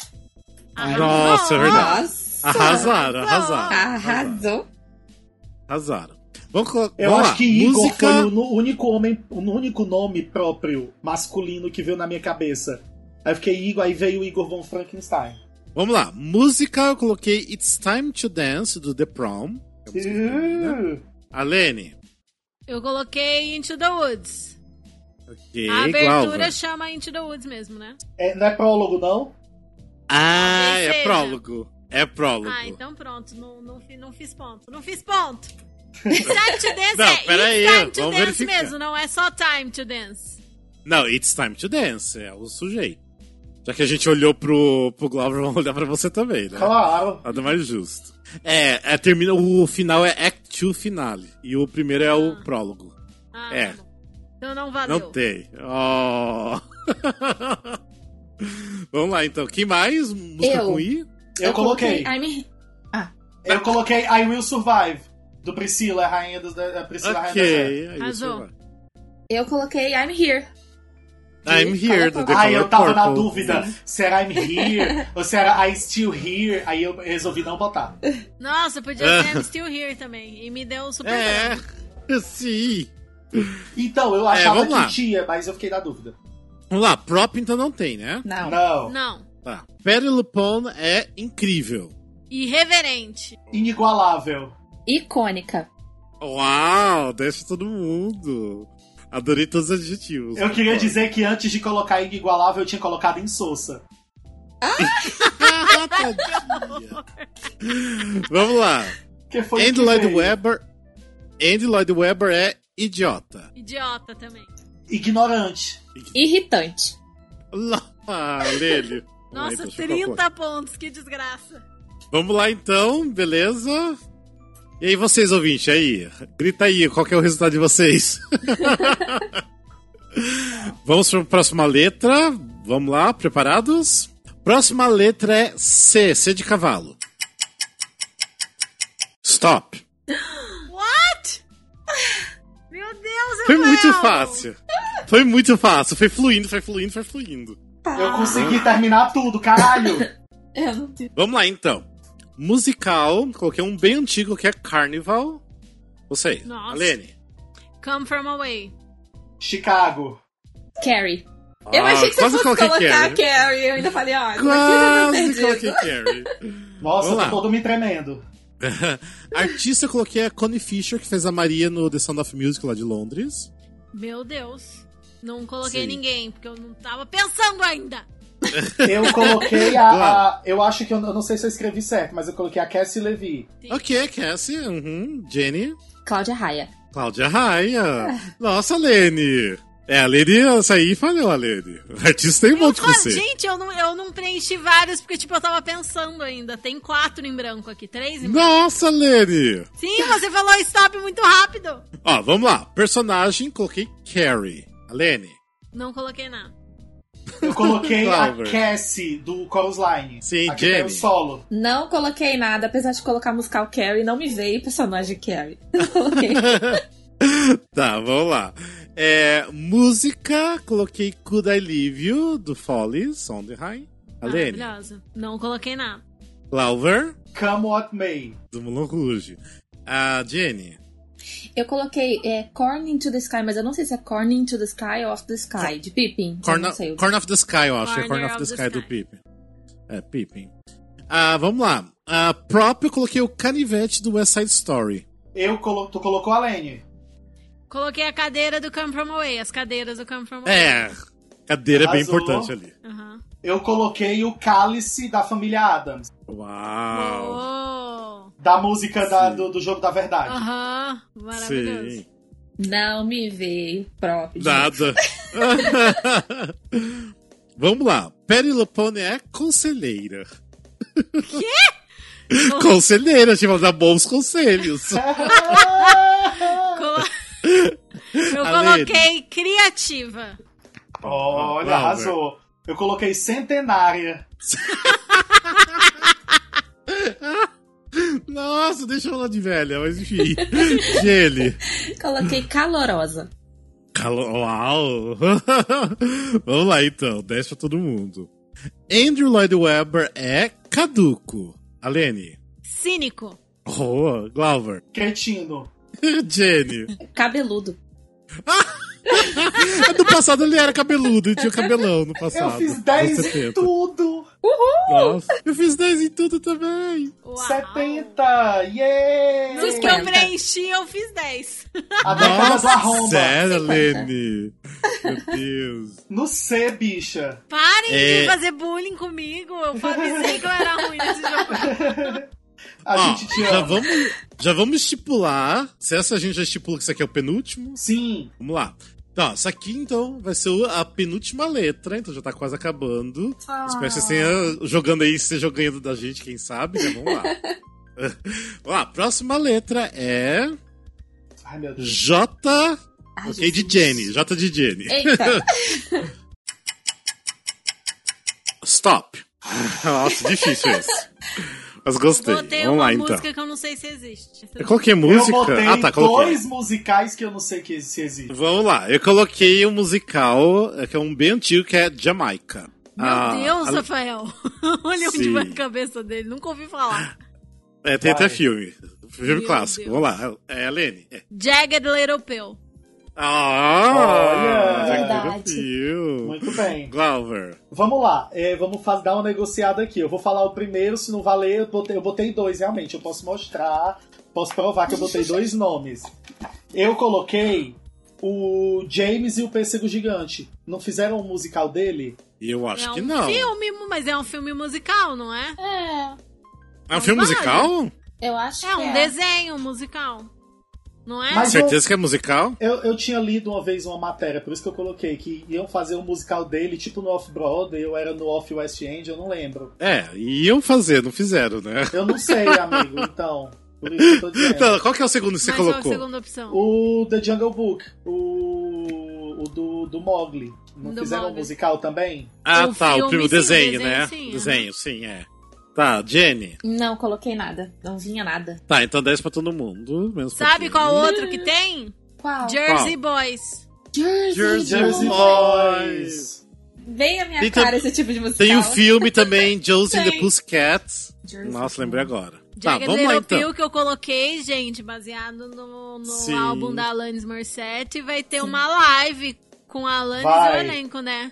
Speaker 3: Ah,
Speaker 4: Ai,
Speaker 1: Nossa, é verdade.
Speaker 4: Nossa!
Speaker 1: Arrasaram, arrasaram.
Speaker 4: Arrasou.
Speaker 1: Arrasaram. Vamos, colo-
Speaker 3: Eu
Speaker 1: vamos
Speaker 3: acho
Speaker 1: lá.
Speaker 3: que Igor
Speaker 1: Música...
Speaker 3: foi o nu- único homem, o único nome próprio masculino que veio na minha cabeça. Aí eu fiquei Igor, aí veio o Igor von Frankenstein.
Speaker 1: Vamos lá. Música, eu coloquei It's Time to Dance, do The Prom. É uma música feminina.
Speaker 3: Uh,
Speaker 1: Alene.
Speaker 2: Eu coloquei Into the Woods.
Speaker 1: Ok,
Speaker 2: A abertura
Speaker 1: Glauber.
Speaker 2: chama Into the Woods mesmo, né?
Speaker 3: é- não é prólogo, não?
Speaker 1: Ah,
Speaker 2: Talvez
Speaker 1: é
Speaker 2: seja.
Speaker 1: prólogo. É prólogo.
Speaker 2: Ah, então pronto. Não, não, fi- não fiz ponto. Não fiz ponto. It's time to dance
Speaker 1: Não,
Speaker 2: é
Speaker 1: pera aí,
Speaker 2: It's time to
Speaker 1: vamos
Speaker 2: dance
Speaker 1: verificar.
Speaker 2: mesmo, não é só time to dance.
Speaker 1: Não, It's Time to Dance é o sujeito. Já que a gente olhou pro, pro Glauber, vamos olhar pra você também, né?
Speaker 3: Claro.
Speaker 1: Nada mais justo. É, é, termina, o final é Act 2 Finale. E o primeiro é o prólogo.
Speaker 2: Ah,
Speaker 1: É.
Speaker 2: tá bom. Então não valeu.
Speaker 1: Não tem. Oh. Vamos lá, então. Quem mais? Música
Speaker 4: Eu.
Speaker 1: com I?
Speaker 3: Eu, coloquei.
Speaker 4: I'm-
Speaker 3: Eu coloquei I Will Survive, do Priscila, a rainha dos. da- Priscila, a rainha
Speaker 1: Ok. é aí você
Speaker 2: Arrasou.
Speaker 1: vai.
Speaker 4: Eu coloquei I'm Here.
Speaker 1: I'm here, do
Speaker 4: Fala,
Speaker 1: The
Speaker 3: da
Speaker 4: fala.
Speaker 3: um. Ai,
Speaker 1: Color
Speaker 3: eu tava na
Speaker 1: Purple.
Speaker 3: dúvida. Será I'm here? ou será I still here? Aí eu resolvi não botar.
Speaker 2: Nossa, podia ser I'm Still Here também. E me deu super branco.
Speaker 1: É, sim.
Speaker 3: Então, eu
Speaker 1: É,
Speaker 3: achava
Speaker 1: vamos
Speaker 3: que
Speaker 1: lá.
Speaker 3: tinha, mas eu fiquei na dúvida.
Speaker 1: Vamos lá, prop então não tem, né?
Speaker 4: Não.
Speaker 3: Não.
Speaker 2: Não.
Speaker 1: Tá. Perry Lupone é incrível.
Speaker 2: Irreverente.
Speaker 3: Inigualável.
Speaker 4: Icônica.
Speaker 1: Uau, deixa todo mundo. Adorei todos os adjetivos.
Speaker 3: Eu queria
Speaker 1: Concordo.
Speaker 3: dizer que antes de colocar inigualável, eu tinha colocado insossa.
Speaker 1: Ah, tadinha. Vamos lá.
Speaker 3: Que foi o
Speaker 1: Andy
Speaker 3: que
Speaker 1: Lloyd
Speaker 3: veio.
Speaker 1: Webber. Andy Lloyd Webber é idiota.
Speaker 2: Idiota também.
Speaker 3: Ignorante.
Speaker 4: Irritante.
Speaker 1: Lá, Lele.
Speaker 2: Nossa,
Speaker 1: Deixa eu calcular.
Speaker 2: 30 pontos, que desgraça.
Speaker 1: Vamos lá então, beleza? E aí, vocês, ouvintes, aí? Grita aí, qual que é o resultado de vocês? Vamos para a próxima letra. Vamos lá, preparados? Próxima letra é C, C de cavalo. Stop.
Speaker 2: What? Meu Deus,
Speaker 1: Foi
Speaker 2: Rafael.
Speaker 1: muito fácil. Foi muito fácil. Foi fluindo, foi fluindo, foi fluindo.
Speaker 3: Eu consegui terminar tudo, caralho.
Speaker 4: Eu não tive.
Speaker 1: Vamos lá, então. Musical, coloquei um bem antigo que é Carnival. Vocês,
Speaker 2: Nossa.
Speaker 1: Alene.
Speaker 2: Come From Away.
Speaker 3: Chicago.
Speaker 4: Carrie. Eu achei que você
Speaker 1: Ah, quase
Speaker 4: fosse
Speaker 1: coloquei
Speaker 4: colocar
Speaker 1: Carrie.
Speaker 4: Carrie. Eu ainda falei, ó, por que
Speaker 1: Quase
Speaker 4: eu tinha
Speaker 1: coloquei
Speaker 4: perdido?
Speaker 1: Carrie.
Speaker 3: Nossa,
Speaker 1: Vamos
Speaker 3: eu
Speaker 1: lá.
Speaker 3: tô todo me tremendo.
Speaker 1: Artista, eu coloquei a Connie Fisher, que fez a Maria no The Sound of Music lá de Londres.
Speaker 2: Meu Deus. Não coloquei
Speaker 1: Sim.
Speaker 2: ninguém, porque eu não tava pensando ainda.
Speaker 3: Eu coloquei a, a- Eu acho que eu, eu não sei se eu escrevi certo, mas eu coloquei a Cassie Levy.
Speaker 1: Ok, Cassie, uhum. Jenny.
Speaker 4: Cláudia Raia.
Speaker 1: Cláudia Raia. Nossa, Lene. É, a Lady, essa aí falhou, a Lady. O artista tem um monte de
Speaker 2: Fala,
Speaker 1: conceito.
Speaker 2: gente, eu não, eu não preenchi vários, porque, tipo, eu tava pensando ainda. Tem quatro em branco aqui, três em branco.
Speaker 1: Nossa, Lady!
Speaker 2: Sim, você falou stop muito rápido.
Speaker 1: Ó, vamos lá. Personagem, coloquei Carrie. Alene.
Speaker 2: Não coloquei nada.
Speaker 3: Eu coloquei a
Speaker 1: Glauber.
Speaker 3: Cassie do Chorus Line.
Speaker 1: Sim,
Speaker 3: Aqui tem
Speaker 1: Jenny.
Speaker 3: o solo.
Speaker 4: Não coloquei nada, apesar de colocar musical Carrie, não me veio personagem Carrie. Não coloquei.
Speaker 1: tá, vamos lá. É, música, coloquei Could I Leave You, do Follies, Sondheim.
Speaker 2: Ah,
Speaker 1: Alene.
Speaker 2: Maravilhosa. Não coloquei nada.
Speaker 1: Lauver,
Speaker 3: Come What May.
Speaker 1: do Moulin Rouge. A Jenny.
Speaker 4: Eu coloquei é, Corn into the Sky, mas eu não sei se é Corn into the Sky ou Off the Sky, de Pippin. Eu
Speaker 1: Corn,
Speaker 4: não sei.
Speaker 1: Corn of the Sky, eu acho. é
Speaker 2: Corner
Speaker 1: Corn of the
Speaker 2: of the
Speaker 1: Sky, do
Speaker 2: Sky.
Speaker 1: Pippin. É, Pippin. Ah, vamos lá. Ah, próprio, eu coloquei o Canivete do West Side Story.
Speaker 3: Eu colo... Tu colocou a Lene.
Speaker 2: Coloquei a cadeira do Come From Away, as cadeiras do Come From Away.
Speaker 1: É, cadeira é bem
Speaker 3: Arrasou.
Speaker 1: importante ali.
Speaker 2: Aham.
Speaker 3: Eu coloquei o Cálice da família Adams.
Speaker 1: Uau!
Speaker 2: Uou.
Speaker 3: Da música da-
Speaker 1: Sim.
Speaker 3: do, do jogo da verdade.
Speaker 2: Oh. Aham. Maravilhoso.
Speaker 1: Sim.
Speaker 4: Não me veio próprio.
Speaker 1: Nada. Vamos lá. Perilopone é conselheira. Quê? conselheira, tipo, ela dá bons conselhos.
Speaker 2: Colo- Eu
Speaker 1: Aline.
Speaker 2: coloquei criativa.
Speaker 3: Olha,
Speaker 1: Glauber.
Speaker 3: arrasou. Eu coloquei Centenária.
Speaker 1: Nossa, deixa eu falar de velha, mas enfim. Gene.
Speaker 4: Coloquei calorosa.
Speaker 1: Calo... Uau! Vamos lá então, 10 pra todo mundo. Andrew Lloyd Webber é caduco. Alene.
Speaker 2: Cínico.
Speaker 1: Oh, Glauber.
Speaker 3: Cretino.
Speaker 1: Jenny.
Speaker 4: Cabeludo.
Speaker 1: No passado ele era cabeludo, ele tinha cabelão no
Speaker 3: Eu
Speaker 1: passado.
Speaker 3: fiz
Speaker 1: Nos
Speaker 3: 10 em
Speaker 1: 70.
Speaker 3: tudo.
Speaker 1: Nossa, eu fiz 10 em tudo também.
Speaker 2: Uau.
Speaker 3: 70. Yeah!
Speaker 2: Dos que eu
Speaker 4: 50.
Speaker 2: preenchi, eu fiz 10.
Speaker 3: A década da Roma.
Speaker 1: sério, Lene. Meu Deus.
Speaker 3: No C, bicha.
Speaker 2: Parem
Speaker 1: É.
Speaker 2: de fazer bullying comigo. Eu avisei que eu era ruim nesse jogo.
Speaker 3: A
Speaker 1: Ó,
Speaker 3: gente te
Speaker 1: Ah, já
Speaker 3: ama.
Speaker 1: vamos, já vamos estipular. Se essa a gente já estipula que isso aqui é o penúltimo,
Speaker 3: Sim.
Speaker 1: vamos lá. Tá, isso aqui então vai ser o- a penúltima letra, então já tá quase acabando.
Speaker 4: Ah.
Speaker 1: Espero que vocês tenham jogando aí, estejam ganhando da gente, quem sabe, né? Vamos lá. vamos lá, próxima letra é
Speaker 3: Ai, meu Deus.
Speaker 1: J.
Speaker 4: Ai,
Speaker 1: ok, de
Speaker 4: Jesus.
Speaker 1: Jenny. J de Jenny.
Speaker 4: Eita,
Speaker 1: Stop. Nossa, difícil esse. Mas gostei.
Speaker 2: Botei
Speaker 1: Vamos
Speaker 2: uma
Speaker 1: lá, então.
Speaker 2: música que eu não sei se existe.
Speaker 1: Eu coloquei música.
Speaker 3: Eu botei
Speaker 1: ah, tá, coloquei.
Speaker 3: dois musicais que eu não sei que se existe.
Speaker 1: Vamos lá. Eu coloquei um musical eh, que é um bem antigo, que é Jamaica.
Speaker 2: Meu
Speaker 1: Ah,
Speaker 2: Deus,
Speaker 1: a-
Speaker 2: Rafael. Olha onde
Speaker 1: Sim.
Speaker 2: vai a cabeça dele. Nunca ouvi falar.
Speaker 1: É, tem até
Speaker 3: Vai.
Speaker 1: filme. Filme
Speaker 2: Meu
Speaker 1: clássico.
Speaker 2: Deus.
Speaker 1: Vamos lá. É, Lene. É.
Speaker 2: Jagged Little Pill.
Speaker 1: Ah!
Speaker 3: Olha!
Speaker 4: Verdade.
Speaker 1: Verdade.
Speaker 3: Muito bem.
Speaker 1: Glauber.
Speaker 3: Vamos lá, é, vamos fa- dar uma negociada aqui. Eu vou falar o primeiro, se não valer, eu botei, eu botei dois, realmente. Eu posso mostrar, posso provar que eu botei dois nomes. Eu coloquei o James e o Pêssego Gigante. Não fizeram um musical dele?
Speaker 1: Eu acho
Speaker 2: é um
Speaker 1: que não.
Speaker 2: filme, mas é um filme musical, não é?
Speaker 1: É um filme
Speaker 2: Vale.
Speaker 1: musical?
Speaker 4: eu acho
Speaker 2: É
Speaker 4: que
Speaker 2: um
Speaker 4: é.
Speaker 2: desenho musical. Não é?
Speaker 3: Mas-
Speaker 1: Certeza que é musical?
Speaker 3: Eu, eu tinha lido uma vez uma matéria, por isso que eu coloquei, que iam fazer um musical dele, tipo no Off-Broadway, eu era no Off-West End, eu não lembro.
Speaker 1: É, iam fazer, não fizeram, né?
Speaker 3: Eu não sei, amigo, então. Por isso que eu tô dizendo.
Speaker 1: Então, qual que é o segundo que você
Speaker 2: Mas qual é a
Speaker 1: colocou?
Speaker 2: segunda opção?
Speaker 3: O The Jungle Book, o, o do, do Mogli. Não
Speaker 2: Do
Speaker 3: fizeram um
Speaker 2: Mowgli.
Speaker 3: musical também?
Speaker 1: Ah,
Speaker 2: O
Speaker 1: tá, o
Speaker 2: Um filme,
Speaker 1: primeiro
Speaker 2: sim,
Speaker 1: desenho,
Speaker 2: desenho,
Speaker 1: né?
Speaker 2: sim,
Speaker 1: desenho, sim, é. Tá, Jenny.
Speaker 4: Não coloquei nada. Não vinha nada.
Speaker 1: Tá, então 10 pra todo mundo. Menos pra
Speaker 2: Sabe
Speaker 1: Jenny.
Speaker 2: qual outro que tem?
Speaker 4: Qual?
Speaker 2: Jersey Boys.
Speaker 4: Jersey,
Speaker 1: Jersey
Speaker 4: Jersey
Speaker 1: Boy.
Speaker 4: Boy.
Speaker 1: Boys.
Speaker 4: Vem a minha
Speaker 1: Tem
Speaker 4: cara
Speaker 1: tam-
Speaker 4: esse tipo de musical.
Speaker 1: Tem o filme também, Josie and the
Speaker 4: Tem.
Speaker 1: Pussycats.
Speaker 4: Jersey
Speaker 1: Nossa,
Speaker 4: Boy.
Speaker 1: lembrei agora. Tá,
Speaker 2: Jagged
Speaker 1: vamos lá
Speaker 2: Little
Speaker 1: então.
Speaker 2: Pill que eu coloquei, gente, baseado no, no
Speaker 1: Sim.
Speaker 2: álbum da Alanis Morissette. Vai ter uma live com a Alanis e o
Speaker 3: Vai.
Speaker 2: elenco, né?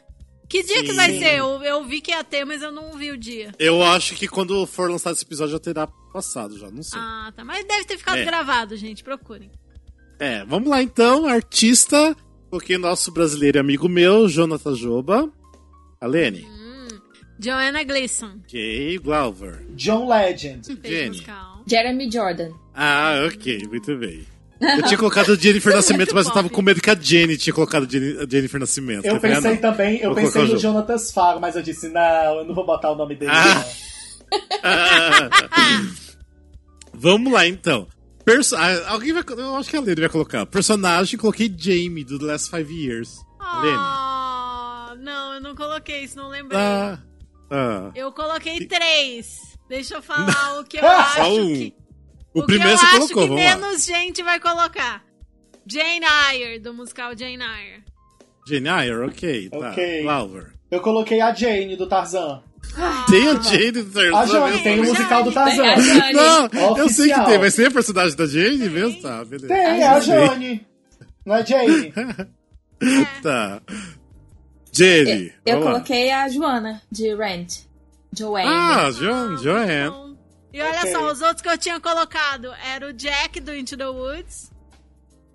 Speaker 2: Que dia que
Speaker 1: Sim.
Speaker 2: vai ser? Eu, eu vi que ia ter, mas eu não vi o dia.
Speaker 1: Eu acho que quando for lançado esse episódio já terá passado, já, não sei.
Speaker 2: Ah, tá. Mas deve ter ficado
Speaker 1: É.
Speaker 2: gravado, gente. Procurem.
Speaker 1: É, vamos lá então, artista. Coloquei nosso brasileiro amigo meu, Jonathan Joba. Alene.
Speaker 2: Uhum. Joanna Gleason.
Speaker 1: Ok, Glauber.
Speaker 3: John Legend.
Speaker 1: Tá
Speaker 2: Fez
Speaker 1: Jenny.
Speaker 2: musical.
Speaker 4: Jeremy Jordan.
Speaker 1: Ah, ok, muito bem. Eu tinha colocado Jennifer Nascimento,
Speaker 2: Muito
Speaker 1: mas eu tava
Speaker 2: pop.
Speaker 1: com medo que a Jenny tinha colocado Jenny- a Jennifer Nascimento.
Speaker 3: Eu
Speaker 1: falei, ah,
Speaker 3: pensei
Speaker 1: não.
Speaker 3: também, eu
Speaker 1: Vou
Speaker 3: pensei
Speaker 1: colocar o jogo.
Speaker 3: no Jonatas Faro, mas eu disse, não, eu não vou botar o nome dele.
Speaker 1: Ah.
Speaker 3: não.
Speaker 1: Vamos lá, então. Perso- ah, alguém vai. Eu acho que a Lene vai colocar. Personagem, coloquei Jamie, do The Last Five Years. Lene.
Speaker 2: Ah, não, eu não coloquei isso, não lembrei.
Speaker 1: Ah, ah.
Speaker 2: Eu coloquei
Speaker 1: E-
Speaker 2: três. Deixa eu falar o que eu acho
Speaker 1: Só um.
Speaker 2: que...
Speaker 1: O,
Speaker 2: que
Speaker 1: primeiro
Speaker 2: eu
Speaker 1: você
Speaker 2: acho
Speaker 1: colocou,
Speaker 2: que
Speaker 1: vamos lá.
Speaker 2: menos gente vai colocar. Jane Eyre, do musical Jane Eyre.
Speaker 1: Jane Eyre, ok. Tá.
Speaker 3: Ok.
Speaker 1: Lauer.
Speaker 3: Eu coloquei a Jane do Tarzan.
Speaker 1: Tem a Jane do Tarzan
Speaker 3: Ah, A Jane
Speaker 1: mesmo,
Speaker 3: tem o
Speaker 1: né?
Speaker 2: Jane.
Speaker 3: musical do
Speaker 4: Tem a
Speaker 3: Tarzan.
Speaker 4: Jane.
Speaker 1: Não, eu sei que
Speaker 3: Oficial.
Speaker 1: tem, mas tem a personagem da Jane mesmo?
Speaker 2: Tem.
Speaker 1: Tá, beleza.
Speaker 3: Tem, é a Jane. Não é Jane?
Speaker 2: É.
Speaker 1: Tá. Jenny.
Speaker 4: É, Eu
Speaker 1: vamos lá.
Speaker 4: coloquei a Joana, de Rent. Joanne.
Speaker 1: Ah,
Speaker 2: Ah,
Speaker 1: Joan,
Speaker 2: muito
Speaker 1: Joanne.
Speaker 2: bom. E olha
Speaker 3: Ok.
Speaker 2: só, os outros que eu tinha colocado era o Jack do Into the Woods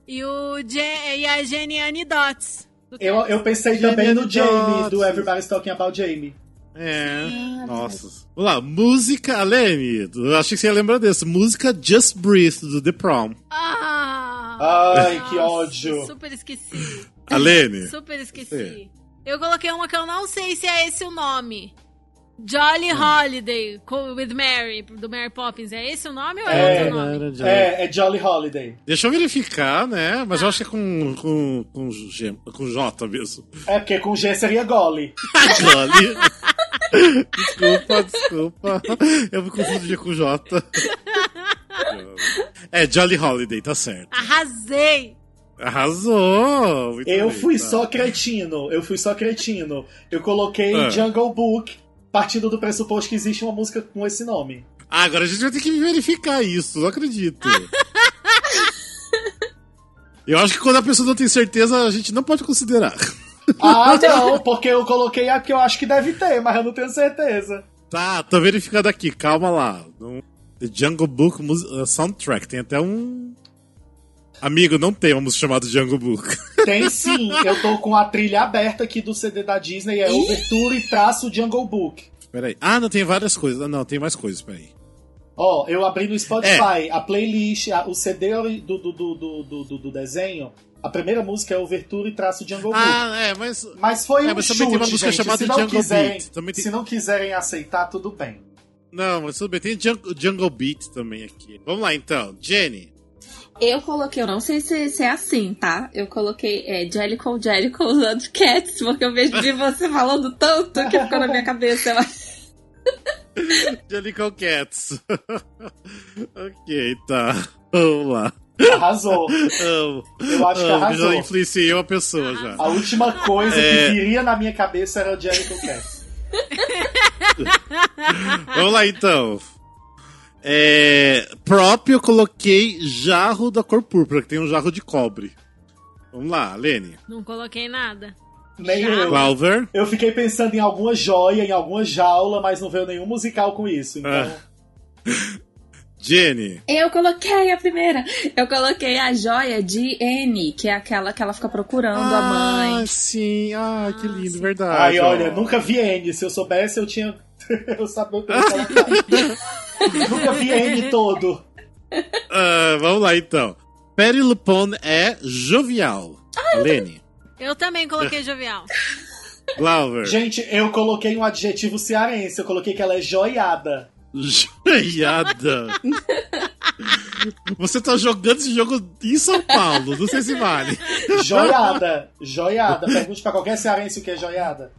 Speaker 2: e, o Je- e a Geniane Dots. do
Speaker 3: Eu, eu pensei
Speaker 1: Jane é
Speaker 3: também no
Speaker 1: do
Speaker 3: Jamie, do
Speaker 1: Dottie.
Speaker 3: Everybody's Talking About Jamie.
Speaker 1: É.
Speaker 4: Ah,
Speaker 1: Nossa. Vamos lá, música, Alene. Eu achei que você ia lembrar desse. Música Just Breathe, do The Prom.
Speaker 2: Ah,
Speaker 3: Ai, que
Speaker 2: nossa,
Speaker 3: ódio.
Speaker 2: Super esqueci.
Speaker 1: Alene.
Speaker 2: Super esqueci.
Speaker 1: Sim.
Speaker 2: Eu coloquei uma que eu não sei se é esse o nome. Jolly
Speaker 1: Hum.
Speaker 2: Holiday co- with Mary, do Mary Poppins. É esse o nome ou é,
Speaker 3: É,
Speaker 2: outro nome?
Speaker 3: É, é Jolly Holiday.
Speaker 1: Deixa eu verificar, né? Mas eu acho que é com, com, com, G, com J mesmo.
Speaker 3: É porque com G seria Golly.
Speaker 1: Jolly. desculpa, desculpa. Eu me confundi com J. É, Jolly Holiday, tá certo.
Speaker 2: Arrasei!
Speaker 1: Arrasou! Muito
Speaker 3: Eu
Speaker 1: bem,
Speaker 3: fui
Speaker 1: tá.
Speaker 3: só cretino, eu fui só cretino. Eu coloquei
Speaker 1: Ah.
Speaker 3: Jungle Book, partindo do pressuposto que existe uma música com esse nome.
Speaker 1: Ah, agora a gente vai ter que verificar isso, não acredito. Eu acho que quando a pessoa não tem certeza, a gente não pode considerar.
Speaker 3: Ah, não, porque eu coloquei a que eu acho que deve ter, mas eu não tenho certeza.
Speaker 1: Tá, tô verificando aqui, calma lá. Não- The Jungle Book mus- uh, Soundtrack, tem até um. Amigo, não tem uma música chamada Jungle Book.
Speaker 3: Tem sim, eu tô com a trilha aberta aqui do CD da Disney, é
Speaker 4: Ih!
Speaker 3: Overture e traço Jungle Book.
Speaker 1: Peraí. Ah, não, tem várias coisas. Ah, Não, tem mais coisas, peraí.
Speaker 3: Ó, eu abri no
Speaker 1: É.
Speaker 3: Spotify a playlist, a- o CD ori- do, do, do, do, do, do- do desenho, a primeira música é Overture e traço Jungle Book.
Speaker 1: Ah, é, mas.
Speaker 3: Mas foi
Speaker 1: É,
Speaker 3: um
Speaker 1: mas
Speaker 3: chute,
Speaker 1: também tem uma música
Speaker 3: gente.
Speaker 1: chamada
Speaker 3: se não
Speaker 1: Jungle
Speaker 3: quiserem,
Speaker 1: Beat, também tem-
Speaker 3: Se não quiserem aceitar, tudo bem.
Speaker 1: Não, mas tudo bem, tem Jung- Jungle Beat também aqui. Vamos lá então, Jenny.
Speaker 4: Eu coloquei, eu não sei se, se é assim, tá? Eu coloquei é, Jellicle, Jellicle usando Cats, porque eu vejo de você falando tanto que ficou na minha cabeça. Eu acho.
Speaker 1: Jellicle Cats. ok, tá. Vamos lá.
Speaker 3: Arrasou.
Speaker 1: Amo.
Speaker 3: Eu acho que
Speaker 1: Amo,
Speaker 3: arrasou.
Speaker 1: Já influenciei uma pessoa já.
Speaker 3: A última coisa
Speaker 1: É.
Speaker 3: que viria na minha cabeça era o Jericho Cats.
Speaker 1: Vamos lá então. É, próprio eu coloquei jarro da cor púrpura, que tem um jarro de cobre. Vamos lá, Lene.
Speaker 2: Não coloquei nada.
Speaker 3: Nem
Speaker 2: Já.
Speaker 3: eu.
Speaker 1: Glauber.
Speaker 3: Eu fiquei pensando em alguma joia, em alguma jaula, mas não veio nenhum musical com isso. Então,
Speaker 1: Ah. Jenny.
Speaker 4: Eu coloquei a primeira. Eu coloquei a joia de Annie, que é aquela que ela fica procurando a mãe.
Speaker 1: Ah, sim. Ah, então. que lindo, verdade.
Speaker 3: ai,
Speaker 1: ó.
Speaker 3: olha, nunca vi N. Se eu soubesse, eu tinha. eu sabia o que eu ia colocar. Nunca vi N todo.
Speaker 1: Ah, vamos lá então. Perry Lupon é jovial. Lene.
Speaker 2: Eu também coloquei jovial.
Speaker 1: Glauber.
Speaker 3: Gente, eu coloquei um adjetivo cearense. Eu coloquei que ela é joiada.
Speaker 1: Joiada. Você tá jogando esse jogo em São Paulo. Não sei se vale.
Speaker 3: Joiada. Joiada. Pergunte pra qualquer cearense o que é joiada.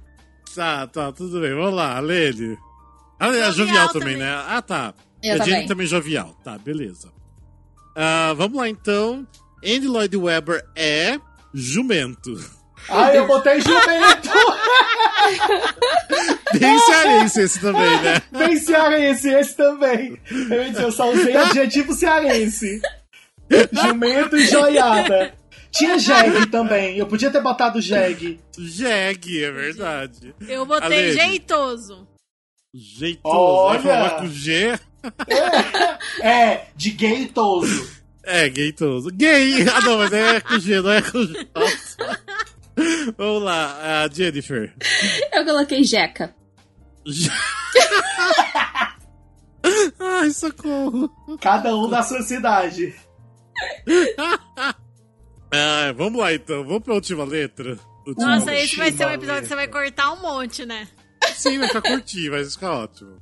Speaker 1: Tá, tá, tudo bem. Vamos lá, Lene. Ah, é
Speaker 2: Jovial
Speaker 1: jovial, também,
Speaker 2: também.
Speaker 1: né? Ah, tá.
Speaker 4: Eu
Speaker 1: a
Speaker 4: também.
Speaker 1: Jenny também jovial. Tá, beleza. Ah, vamos lá, então. Andy Lloyd Webber é jumento.
Speaker 3: Ai, eu botei jumento.
Speaker 1: Tem cearense esse também, né?
Speaker 3: Bem cearense, esse também. Eu, ia dizer, eu só usei adjetivo cearense. Jumento e joiada. Tinha jegue também. Eu podia ter botado jegue.
Speaker 1: Jeg, é verdade.
Speaker 2: Eu botei
Speaker 1: Alene.
Speaker 2: jeitoso.
Speaker 1: Jeitoso.
Speaker 3: Olha!
Speaker 1: Vai falar com G?
Speaker 3: É, de gay toso.
Speaker 1: É, gaytoso. Gay! Ah, não, mas é com G, não é com J. Vamos lá, a Jennifer.
Speaker 4: Eu coloquei Jeca.
Speaker 1: Ai, socorro.
Speaker 3: Cada um da sua cidade.
Speaker 1: Ah, vamos lá então, vamos pra última letra. Última
Speaker 2: Nossa,
Speaker 1: letra.
Speaker 2: esse vai ser um
Speaker 3: Chimaleta.
Speaker 2: episódio que você vai cortar um monte, né?
Speaker 1: Sim, vai ficar curtinho, vai ficar ótimo.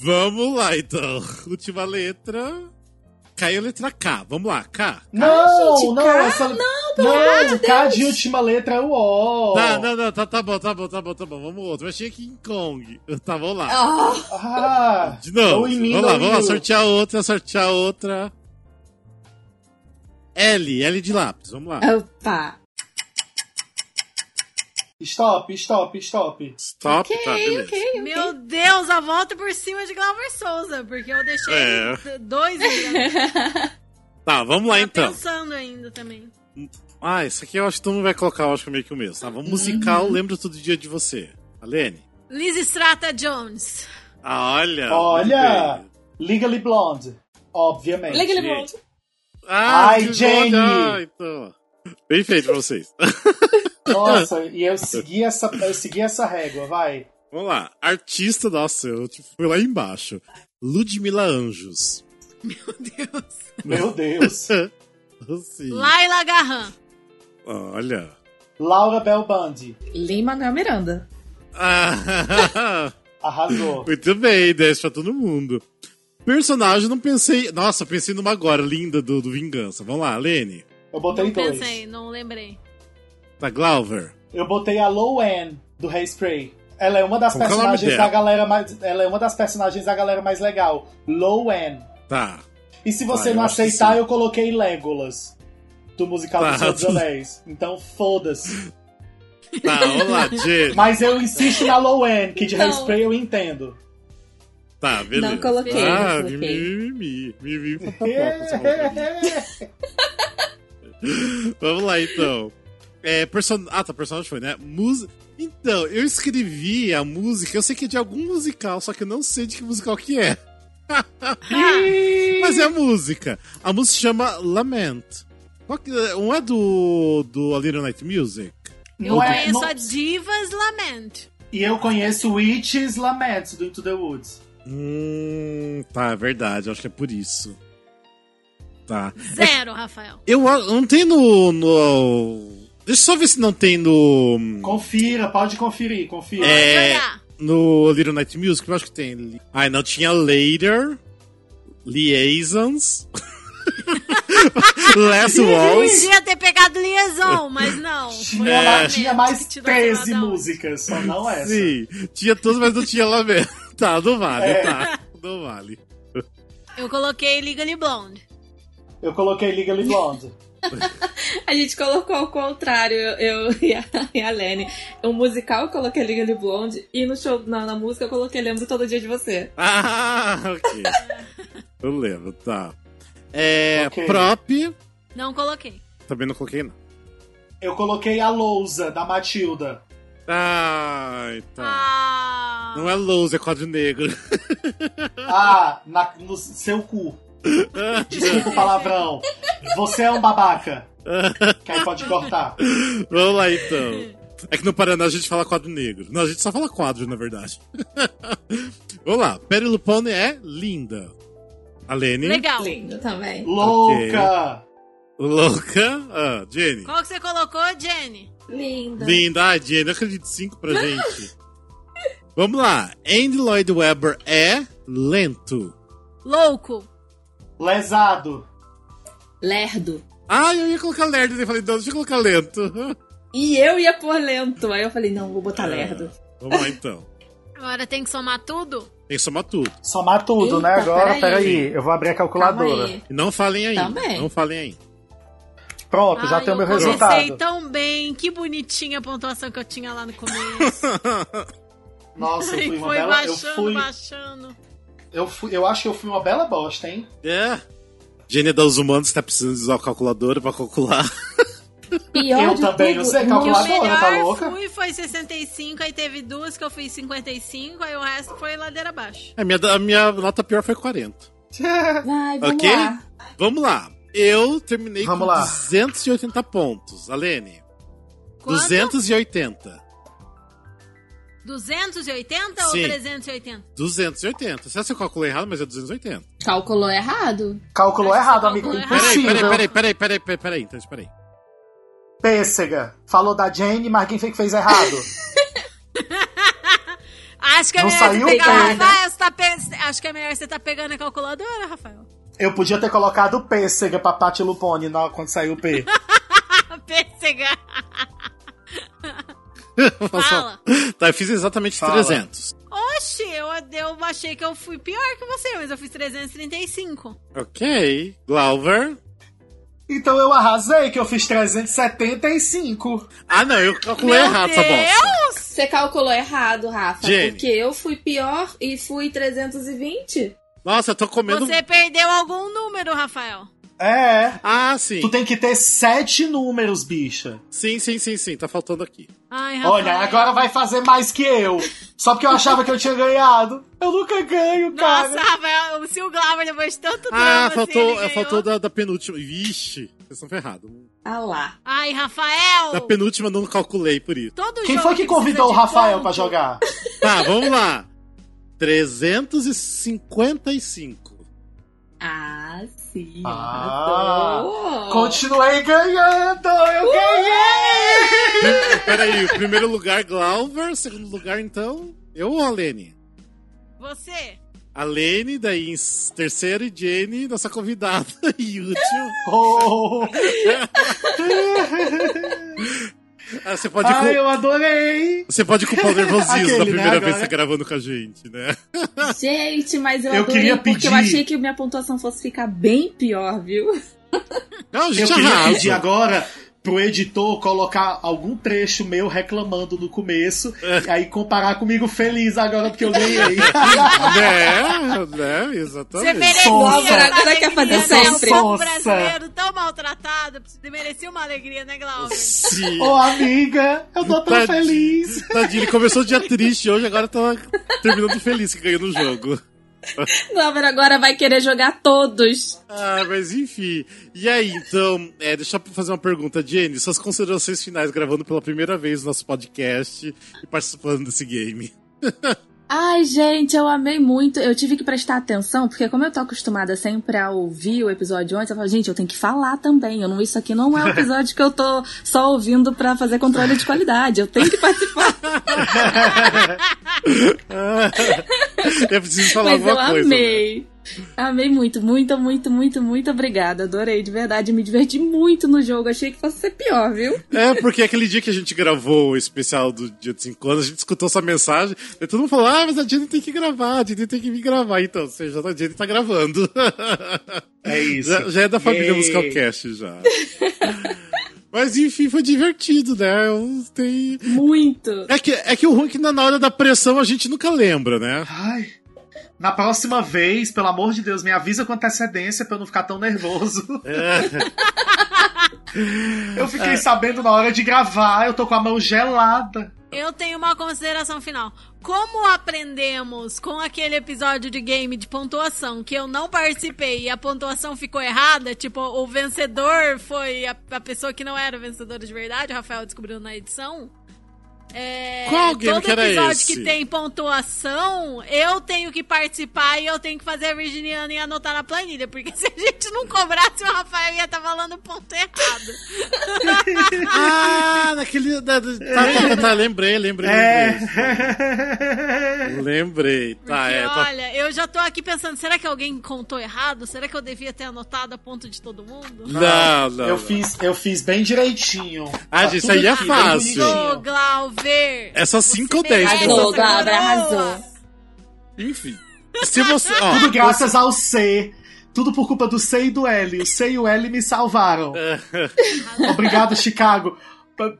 Speaker 1: Vamos lá então. Última letra. Caiu a letra K. Vamos lá, K.
Speaker 3: Não,
Speaker 4: gente,
Speaker 3: não,
Speaker 4: K,
Speaker 3: essa...
Speaker 4: não, pelo amor
Speaker 3: não,
Speaker 4: de
Speaker 3: K
Speaker 4: Deus.
Speaker 3: de última letra é o O.
Speaker 1: Não, não, não, tá, tá bom, tá bom, tá bom, tá bom. Vamos outro. Vai chegar King Kong. Tá, vamos lá.
Speaker 4: Ah,
Speaker 3: Ah,
Speaker 1: De novo.
Speaker 3: Ou em mim,
Speaker 1: vamos lá,
Speaker 3: ou em
Speaker 1: vamos lá,
Speaker 3: you.
Speaker 1: sortear outra, sortear outra. L, L de lápis, vamos lá.
Speaker 4: opa.
Speaker 3: Stop, stop, stop.
Speaker 1: Stop,
Speaker 4: Ok,
Speaker 1: tá, beleza.
Speaker 4: ok, ok.
Speaker 2: Meu Deus, a volta por cima de Glauber Souza, porque eu deixei
Speaker 1: É.
Speaker 2: d- dois ainda.
Speaker 1: Tá, vamos lá
Speaker 2: Tá
Speaker 1: então.
Speaker 2: pensando ainda também.
Speaker 1: Ah, isso aqui eu acho que todo mundo vai colocar, eu acho que meio que o mesmo. Tá, vamos musical, lembro todo dia de você. Alene.
Speaker 2: Liz Strata Jones.
Speaker 1: Ah, olha.
Speaker 3: Olha.
Speaker 1: muito bem.
Speaker 3: Legally Blonde, obviamente.
Speaker 4: Legally
Speaker 1: gente.
Speaker 4: Blonde.
Speaker 1: Ah,
Speaker 3: Ai,
Speaker 1: que
Speaker 3: Jenny.
Speaker 1: bom, Ah, então. Bem feito pra vocês.
Speaker 3: Nossa, e eu segui essa, eu segui essa régua, vai.
Speaker 1: Vamos lá. Artista, nossa, eu tipo, fui lá embaixo. Ludmila Anjos.
Speaker 2: Meu Deus.
Speaker 3: Meu Deus.
Speaker 1: Assim,
Speaker 2: Laila Garran.
Speaker 1: Olha.
Speaker 3: Laura Belbandi,
Speaker 4: Lin-Manuel Miranda.
Speaker 1: Ah,
Speaker 3: arrasou.
Speaker 1: muito bem, 10 pra todo mundo. Personagem, não pensei. Nossa, pensei numa agora, linda do, do Vingança. Vamos lá, Lene.
Speaker 3: Eu botei
Speaker 2: não
Speaker 3: dois.
Speaker 2: pensei, não lembrei.
Speaker 1: Tá, Glauber.
Speaker 3: Eu botei a Lowen do Hairspray. Ela é uma das
Speaker 1: Qual que é o nome
Speaker 3: personagens
Speaker 1: dela?
Speaker 3: da galera mais, ela é uma das personagens da galera mais legal. Lowen.
Speaker 1: Tá.
Speaker 3: E se você
Speaker 1: Ah, eu
Speaker 3: não
Speaker 1: acho que
Speaker 3: aceitar,
Speaker 1: sim.
Speaker 3: eu coloquei Legolas do musical
Speaker 1: Tá.
Speaker 3: dos Senhor dos Anéis. Então foda-se.
Speaker 1: Tá, vamos lá, Jenny.
Speaker 3: Mas eu insisto na Lowen, que de
Speaker 4: Não.
Speaker 2: Então.
Speaker 3: Hairspray eu entendo.
Speaker 1: Tá, beleza.
Speaker 4: Não coloquei, não
Speaker 1: Ah,
Speaker 4: coloquei. tá
Speaker 1: mimimi. Mimimi. é papapá. Vamos lá, então. É, person... Ah, tá, personagem foi, né? Música. Então, eu escrevi a música, eu sei que é de algum musical, só que eu não sei de que musical que é. Mas é a música. A música se chama Lament. Qual que... Um é do, do A Little Night Music?
Speaker 2: Eu
Speaker 3: Não é-
Speaker 2: conheço
Speaker 3: não-
Speaker 2: a Divas Lament.
Speaker 3: E eu conheço Witches Laments do Into the Woods.
Speaker 1: Hum, tá, é verdade, acho que é por isso. Tá.
Speaker 2: Zero, Rafael.
Speaker 1: Eu a- não tem no, no. Deixa eu só ver se não tem no. hum,
Speaker 3: Confira, pode conferir, confira.
Speaker 1: É.
Speaker 2: Deixa eu olhar.
Speaker 1: No Little Night Music, eu acho que tem. li- Ai, não tinha Later. Liaisons. Last Walls.
Speaker 2: Podia ter pegado Liaison, mas não.
Speaker 3: Tinha,
Speaker 1: É.
Speaker 3: mais- tinha mais
Speaker 2: Que te dá
Speaker 3: 13
Speaker 2: uma dada.
Speaker 3: músicas, só não essa.
Speaker 1: Sim, tinha todos, mas não tinha Lamento. Tá, não vale,
Speaker 3: É.
Speaker 1: tá. Não vale.
Speaker 2: Eu coloquei Legally Blonde.
Speaker 3: Eu coloquei Legally Blonde.
Speaker 4: A gente colocou ao contrário, eu eu e a, e a Lene. O musical eu coloquei Liga de Blonde e no show, na, na música eu coloquei Lembro Todo Dia de Você.
Speaker 1: Ah, ok. Eu lembro, tá. É.
Speaker 3: Ok.
Speaker 1: Prop.
Speaker 2: Não coloquei.
Speaker 1: Também não coloquei, não.
Speaker 3: Eu coloquei a Lousa, da Matilda.
Speaker 1: Ai, tá.
Speaker 2: Ah.
Speaker 1: Não é Louse, é quadro negro.
Speaker 3: Ah, na- no seu cu. Desculpa o palavrão. Você é um babaca. Que aí pode cortar.
Speaker 1: Vamos lá, então. É que no Paraná a gente fala quadro negro. Não, a gente só fala quadro, na verdade. Vamos lá. Peri Lupone é linda. Alene.
Speaker 2: Legal.
Speaker 4: Lindo também.
Speaker 3: Louca!
Speaker 1: Louca. Ah, Jenny.
Speaker 2: Qual é que você colocou, Jenny?
Speaker 4: Linda.
Speaker 1: Linda. Ah, Jenny, eu acredito. Cinco pra gente. Vamos lá. Andy Lloyd Webber é lento.
Speaker 2: Louco.
Speaker 3: Lesado.
Speaker 4: Lerdo.
Speaker 1: Ah, eu ia colocar lerdo. Eu falei, não, deixa eu colocar lento.
Speaker 4: E eu ia pôr lento. Aí eu falei, não, vou botar lerdo.
Speaker 1: Vamos lá, então.
Speaker 2: Agora tem que somar tudo?
Speaker 1: Tem que somar tudo.
Speaker 3: Somar tudo, né?
Speaker 4: Eita,
Speaker 3: Agora,
Speaker 4: peraí.
Speaker 3: peraí. Eu vou abrir a
Speaker 4: Calma
Speaker 3: calculadora.
Speaker 4: aí.
Speaker 1: E não falem ainda.
Speaker 4: Também.
Speaker 1: Não falem ainda.
Speaker 3: Pronto, já
Speaker 2: Ai,
Speaker 3: tem o meu
Speaker 2: eu comecei
Speaker 3: resultado.
Speaker 2: tão bem. Que bonitinha a pontuação que eu tinha lá no começo.
Speaker 3: Nossa, eu
Speaker 2: E
Speaker 3: fui uma
Speaker 2: foi
Speaker 3: bela. Eu
Speaker 2: baixando,
Speaker 3: fui,
Speaker 2: baixando.
Speaker 3: eu fui. Eu acho que eu fui uma bela bosta, hein?
Speaker 1: É. Gênia dos humanos tá precisando de usar o calculador pra calcular.
Speaker 4: Pior
Speaker 3: Eu
Speaker 4: de
Speaker 3: também, eu
Speaker 4: tudo,
Speaker 3: sei
Speaker 4: não-
Speaker 2: E o
Speaker 3: calcular. Calculadora,
Speaker 2: melhor
Speaker 3: tá louca?
Speaker 2: fui foi 65, aí teve duas que eu fiz 55, aí o resto foi ladeira abaixo.
Speaker 1: A É, minha, a minha nota pior foi 40.
Speaker 4: Ai, vamos
Speaker 1: Ok?
Speaker 4: lá.
Speaker 1: Vamos lá. Eu terminei
Speaker 3: Vamos
Speaker 1: com
Speaker 3: lá.
Speaker 1: 280 pontos. Alene,
Speaker 2: Quanto?
Speaker 1: 280.
Speaker 2: 280 ou
Speaker 1: Sim.
Speaker 2: 380?
Speaker 1: 280. Será que eu calculei errado, mas é 280.
Speaker 4: Calculou errado?
Speaker 3: Calculou
Speaker 2: Mas
Speaker 3: errado,
Speaker 2: você
Speaker 3: amigo.
Speaker 2: calculou errado.
Speaker 1: Peraí,
Speaker 3: Impossível.
Speaker 1: peraí, peraí, peraí, peraí, peraí, peraí, então, espera aí.
Speaker 3: Pêssega. Falou da Jane, mas quem foi que fez errado?
Speaker 2: Acho que é
Speaker 3: Não
Speaker 2: melhor você
Speaker 3: saiu né?
Speaker 2: pegar.
Speaker 4: nada.
Speaker 2: Rafael, você tá pe- Acho que é melhor você tá pegando a calculadora, Rafael.
Speaker 3: Eu podia ter colocado pêssega pra Paty Lupone na, quando saiu o P.
Speaker 2: Tá Pêssega. Fala.
Speaker 1: Tá, eu fiz exatamente
Speaker 3: Fala.
Speaker 1: 300.
Speaker 2: Oxi, eu, eu achei que eu fui pior que você, mas eu fiz 335.
Speaker 1: Ok. Glauber.
Speaker 3: Então eu arrasei, que eu fiz 375.
Speaker 1: Ah, não, eu calculei
Speaker 2: Meu
Speaker 1: errado essa bosta.
Speaker 2: Deus!
Speaker 4: Você calculou errado, Rafa.
Speaker 1: Jenny.
Speaker 4: Porque eu fui pior e fui 320.
Speaker 1: Nossa, eu tô comendo.
Speaker 2: Você perdeu algum número, Rafael.
Speaker 3: É.
Speaker 1: Ah, sim.
Speaker 3: Tu tem que ter sete números, bicha.
Speaker 1: Sim, sim, sim, sim. Tá faltando aqui.
Speaker 2: Ai, Rafael.
Speaker 3: Olha, agora vai fazer mais que eu. Só porque eu achava que eu tinha ganhado. Eu nunca ganho, cara. né?
Speaker 2: Nossa, Rafael, se o Glauber depois de tanto drama,
Speaker 1: Ah,
Speaker 2: assim, ele
Speaker 1: faltou, é,
Speaker 2: ganhou.
Speaker 1: faltou da, da penúltima. Vixe, vocês estão ferrados.
Speaker 4: Ah lá.
Speaker 2: Ai, Rafael!
Speaker 1: Da penúltima eu não calculei por isso.
Speaker 2: Todo
Speaker 3: Tá Quem
Speaker 2: jogo
Speaker 3: foi que
Speaker 2: precisa
Speaker 3: convidou o
Speaker 2: de
Speaker 3: Rafael
Speaker 2: ponto.
Speaker 3: pra jogar?
Speaker 1: Tá, vamos lá. 355.
Speaker 4: Ah, sim.
Speaker 3: Ah.
Speaker 2: Oh.
Speaker 4: arrasou.
Speaker 3: Continuei ganhando! Eu ganhei!
Speaker 1: Peraí, o primeiro lugar, Glauber. Segundo lugar, então, eu ou a Lene?
Speaker 2: Você?
Speaker 1: A Lene, daí em s- terceiro, e Jenny, nossa convidada. E último.
Speaker 3: Oh.
Speaker 1: Ah, você pode,
Speaker 3: Ai,
Speaker 1: cul-
Speaker 3: eu adorei!
Speaker 1: você pode culpar o nervosismo
Speaker 3: Aquele,
Speaker 1: da
Speaker 3: né,
Speaker 1: primeira vez
Speaker 3: agora.
Speaker 1: que você gravando com a gente, né?
Speaker 4: Gente, mas eu,
Speaker 3: Eu
Speaker 4: adorei
Speaker 3: queria
Speaker 4: porque
Speaker 3: pedir-
Speaker 4: eu achei que minha pontuação fosse ficar bem pior, viu?
Speaker 1: Não, a
Speaker 3: Eu
Speaker 1: gente
Speaker 3: queria
Speaker 1: arrasa.
Speaker 3: pedir agora pro editor colocar algum trecho meu reclamando no começo
Speaker 1: É.
Speaker 3: e aí comparar comigo feliz agora porque eu ganhei.
Speaker 1: né, né,
Speaker 2: Você
Speaker 1: exatamente.
Speaker 2: merecia
Speaker 3: Sonsa.
Speaker 2: essa
Speaker 4: Agora quer fazer
Speaker 2: alegria, né?
Speaker 4: sempre.
Speaker 2: O povo
Speaker 3: Sonsa.
Speaker 2: brasileiro tão maltratado, você merecia uma alegria, né, Glauber?
Speaker 1: Sim.
Speaker 3: Ô amiga, eu tô tão
Speaker 1: Tadinho.
Speaker 3: feliz!
Speaker 1: Tadinho, ele começou o dia triste hoje, agora tá terminando feliz que ganhou no jogo.
Speaker 4: Glauber agora vai querer jogar todos.
Speaker 1: Ah, mas enfim. E aí, então, é, deixa eu fazer uma pergunta, Jenny. Suas considerações finais gravando pela primeira vez o nosso podcast e participando desse game.
Speaker 4: Ai, gente, eu amei muito. Eu tive que prestar atenção, porque como eu tô acostumada sempre a ouvir o episódio antes, eu falo, gente, eu tenho que falar também. Eu não, isso aqui não é um episódio que eu tô só ouvindo pra fazer controle de qualidade. Eu tenho que participar.
Speaker 1: Ah, eu preciso falar
Speaker 4: Mas eu
Speaker 1: alguma coisa. né?
Speaker 4: amei. Amei muito, muito, muito, muito, muito obrigada. Adorei, de verdade. Me diverti muito no jogo. Achei que fosse ser pior, viu?
Speaker 1: É, porque aquele dia que a gente gravou o especial do dia de 5 anos, a gente escutou essa mensagem, e todo mundo falou, ah, mas a Jenny tem que gravar, a Jenny tem que vir gravar. Então, ou seja, a Jenny tá gravando.
Speaker 3: É isso.
Speaker 1: Já, já é da família
Speaker 3: Yay.
Speaker 1: Musicalcast, já. Mas enfim, foi divertido, né? Eu tenho...
Speaker 4: Muito.
Speaker 1: É que, é que o ruim é que na na hora da pressão a gente nunca lembra, né?
Speaker 3: Ai. Na próxima vez, pelo amor de Deus, me avisa com antecedência pra eu não ficar tão nervoso.
Speaker 1: É.
Speaker 3: eu fiquei sabendo na hora de gravar, eu tô com a mão gelada.
Speaker 2: Eu tenho uma consideração final. Como aprendemos com aquele episódio de game de pontuação que eu não participei e a pontuação ficou errada, tipo, o vencedor foi a, a pessoa que não era vencedora de verdade, o Rafael descobriu na edição. É,
Speaker 1: Qual game
Speaker 2: todo
Speaker 1: que era
Speaker 2: episódio
Speaker 1: esse?
Speaker 2: que tem pontuação, eu tenho que participar e eu tenho que fazer a Virginiana e anotar na planilha, porque se a gente não cobrasse, o Rafael ia estar falando ponto errado.
Speaker 1: Ah, naquele. da- É. da- tá, tá, tá, lembrei, lembrei, lembrei.
Speaker 3: É.
Speaker 1: Lembrei.
Speaker 2: Porque,
Speaker 1: Tá, é. Tá...
Speaker 2: olha, eu já tô aqui pensando, será que alguém contou errado? Será que eu devia ter anotado a ponto de todo mundo?
Speaker 1: Não, não.
Speaker 3: Eu
Speaker 1: não.
Speaker 3: fiz, eu fiz bem direitinho.
Speaker 1: Ah,
Speaker 3: Tá
Speaker 1: gente, isso
Speaker 3: tudo
Speaker 1: aí é
Speaker 3: aqui, bem
Speaker 1: fácil.
Speaker 2: Ô,
Speaker 3: bonitinho.
Speaker 2: Glauber!
Speaker 1: Essas
Speaker 2: você
Speaker 1: 5 É ou 10.
Speaker 2: merece
Speaker 1: né?
Speaker 4: Arrasou,
Speaker 2: essa
Speaker 4: Glauber,
Speaker 2: coroa.
Speaker 4: arrasou.
Speaker 1: Enfim. Se Ah, você. Ó,
Speaker 3: Tudo graças ao C. Tudo por culpa do C e do L. O C e o L me salvaram. Obrigado, Chicago.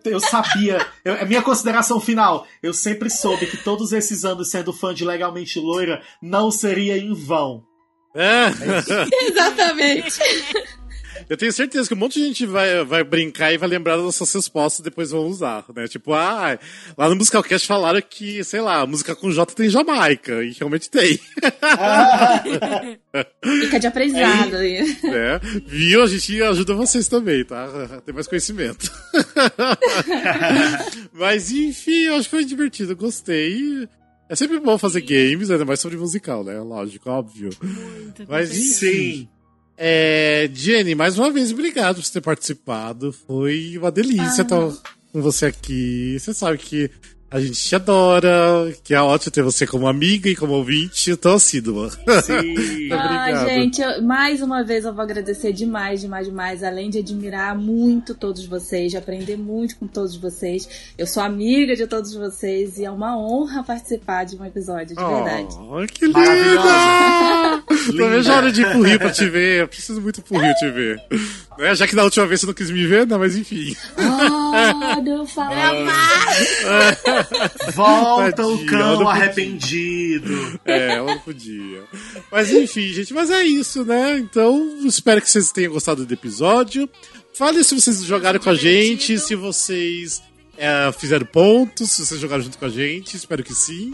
Speaker 3: Eu sabia. Eu- a minha consideração final. Eu sempre soube que todos esses anos sendo fã de Legalmente Loira não seria em vão.
Speaker 1: é.
Speaker 4: Exatamente.
Speaker 1: Eu tenho certeza que um monte de gente vai, vai brincar e vai lembrar das suas respostas e depois vão usar, né? Tipo, ah, lá no Musicalcast falaram que, sei lá, música com J tem Jamaica, e realmente tem.
Speaker 4: Fica de aprendizado aí.
Speaker 1: né? Viu? A gente ajuda vocês também, tá? Tem mais conhecimento. Mas enfim, eu acho que foi divertido, gostei. É sempre bom fazer games, ainda mais sobre musical, né? Lógico, óbvio.
Speaker 2: Muito
Speaker 1: Mas
Speaker 2: complicado.
Speaker 1: enfim. É, Jenny, mais uma vez, obrigado por você ter participado. Foi uma delícia
Speaker 4: Ah.
Speaker 1: estar com você aqui. Você sabe que a gente te adora, que é ótimo ter você como amiga e como ouvinte tão assídua.
Speaker 3: Sim.
Speaker 1: Muito obrigado.
Speaker 4: Ah, gente, eu- mais uma vez eu vou agradecer demais, demais, demais. Além de admirar muito todos vocês, de aprender muito com todos vocês. Eu sou amiga de todos vocês e é uma honra participar de um episódio, de verdade.
Speaker 1: Oh, que linda!
Speaker 3: Maravilhosa.
Speaker 1: Tô vendo a hora de ir pro Rio pra te ver. Eu preciso muito pro Rio te ver. Né? Já que da última vez você não quis me ver, não, mas enfim.
Speaker 4: Ah, não fala.
Speaker 3: Volta o
Speaker 1: Tadinha,
Speaker 3: cão
Speaker 1: olha o
Speaker 3: arrependido.
Speaker 1: É, eu não podia. Mas enfim, gente, mas é isso, né? Então, espero que vocês tenham gostado do episódio. Fale se vocês jogaram com a gente, se vocês é, fizeram pontos, se vocês jogaram junto com a gente, espero que sim.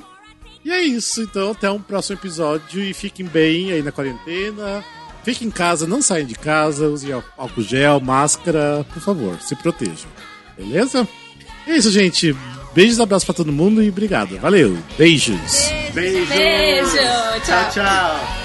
Speaker 1: E é isso, então, até um próximo episódio e fiquem bem aí na quarentena. Fiquem em casa, não saiam de casa, usem ál- álcool gel, máscara, por favor, se protejam. Beleza? É isso, gente. Beijos, abraços pra todo mundo e obrigado. Valeu. Beijos.
Speaker 3: Beijo.
Speaker 4: Beijo, tchau.
Speaker 3: Tchau, tchau.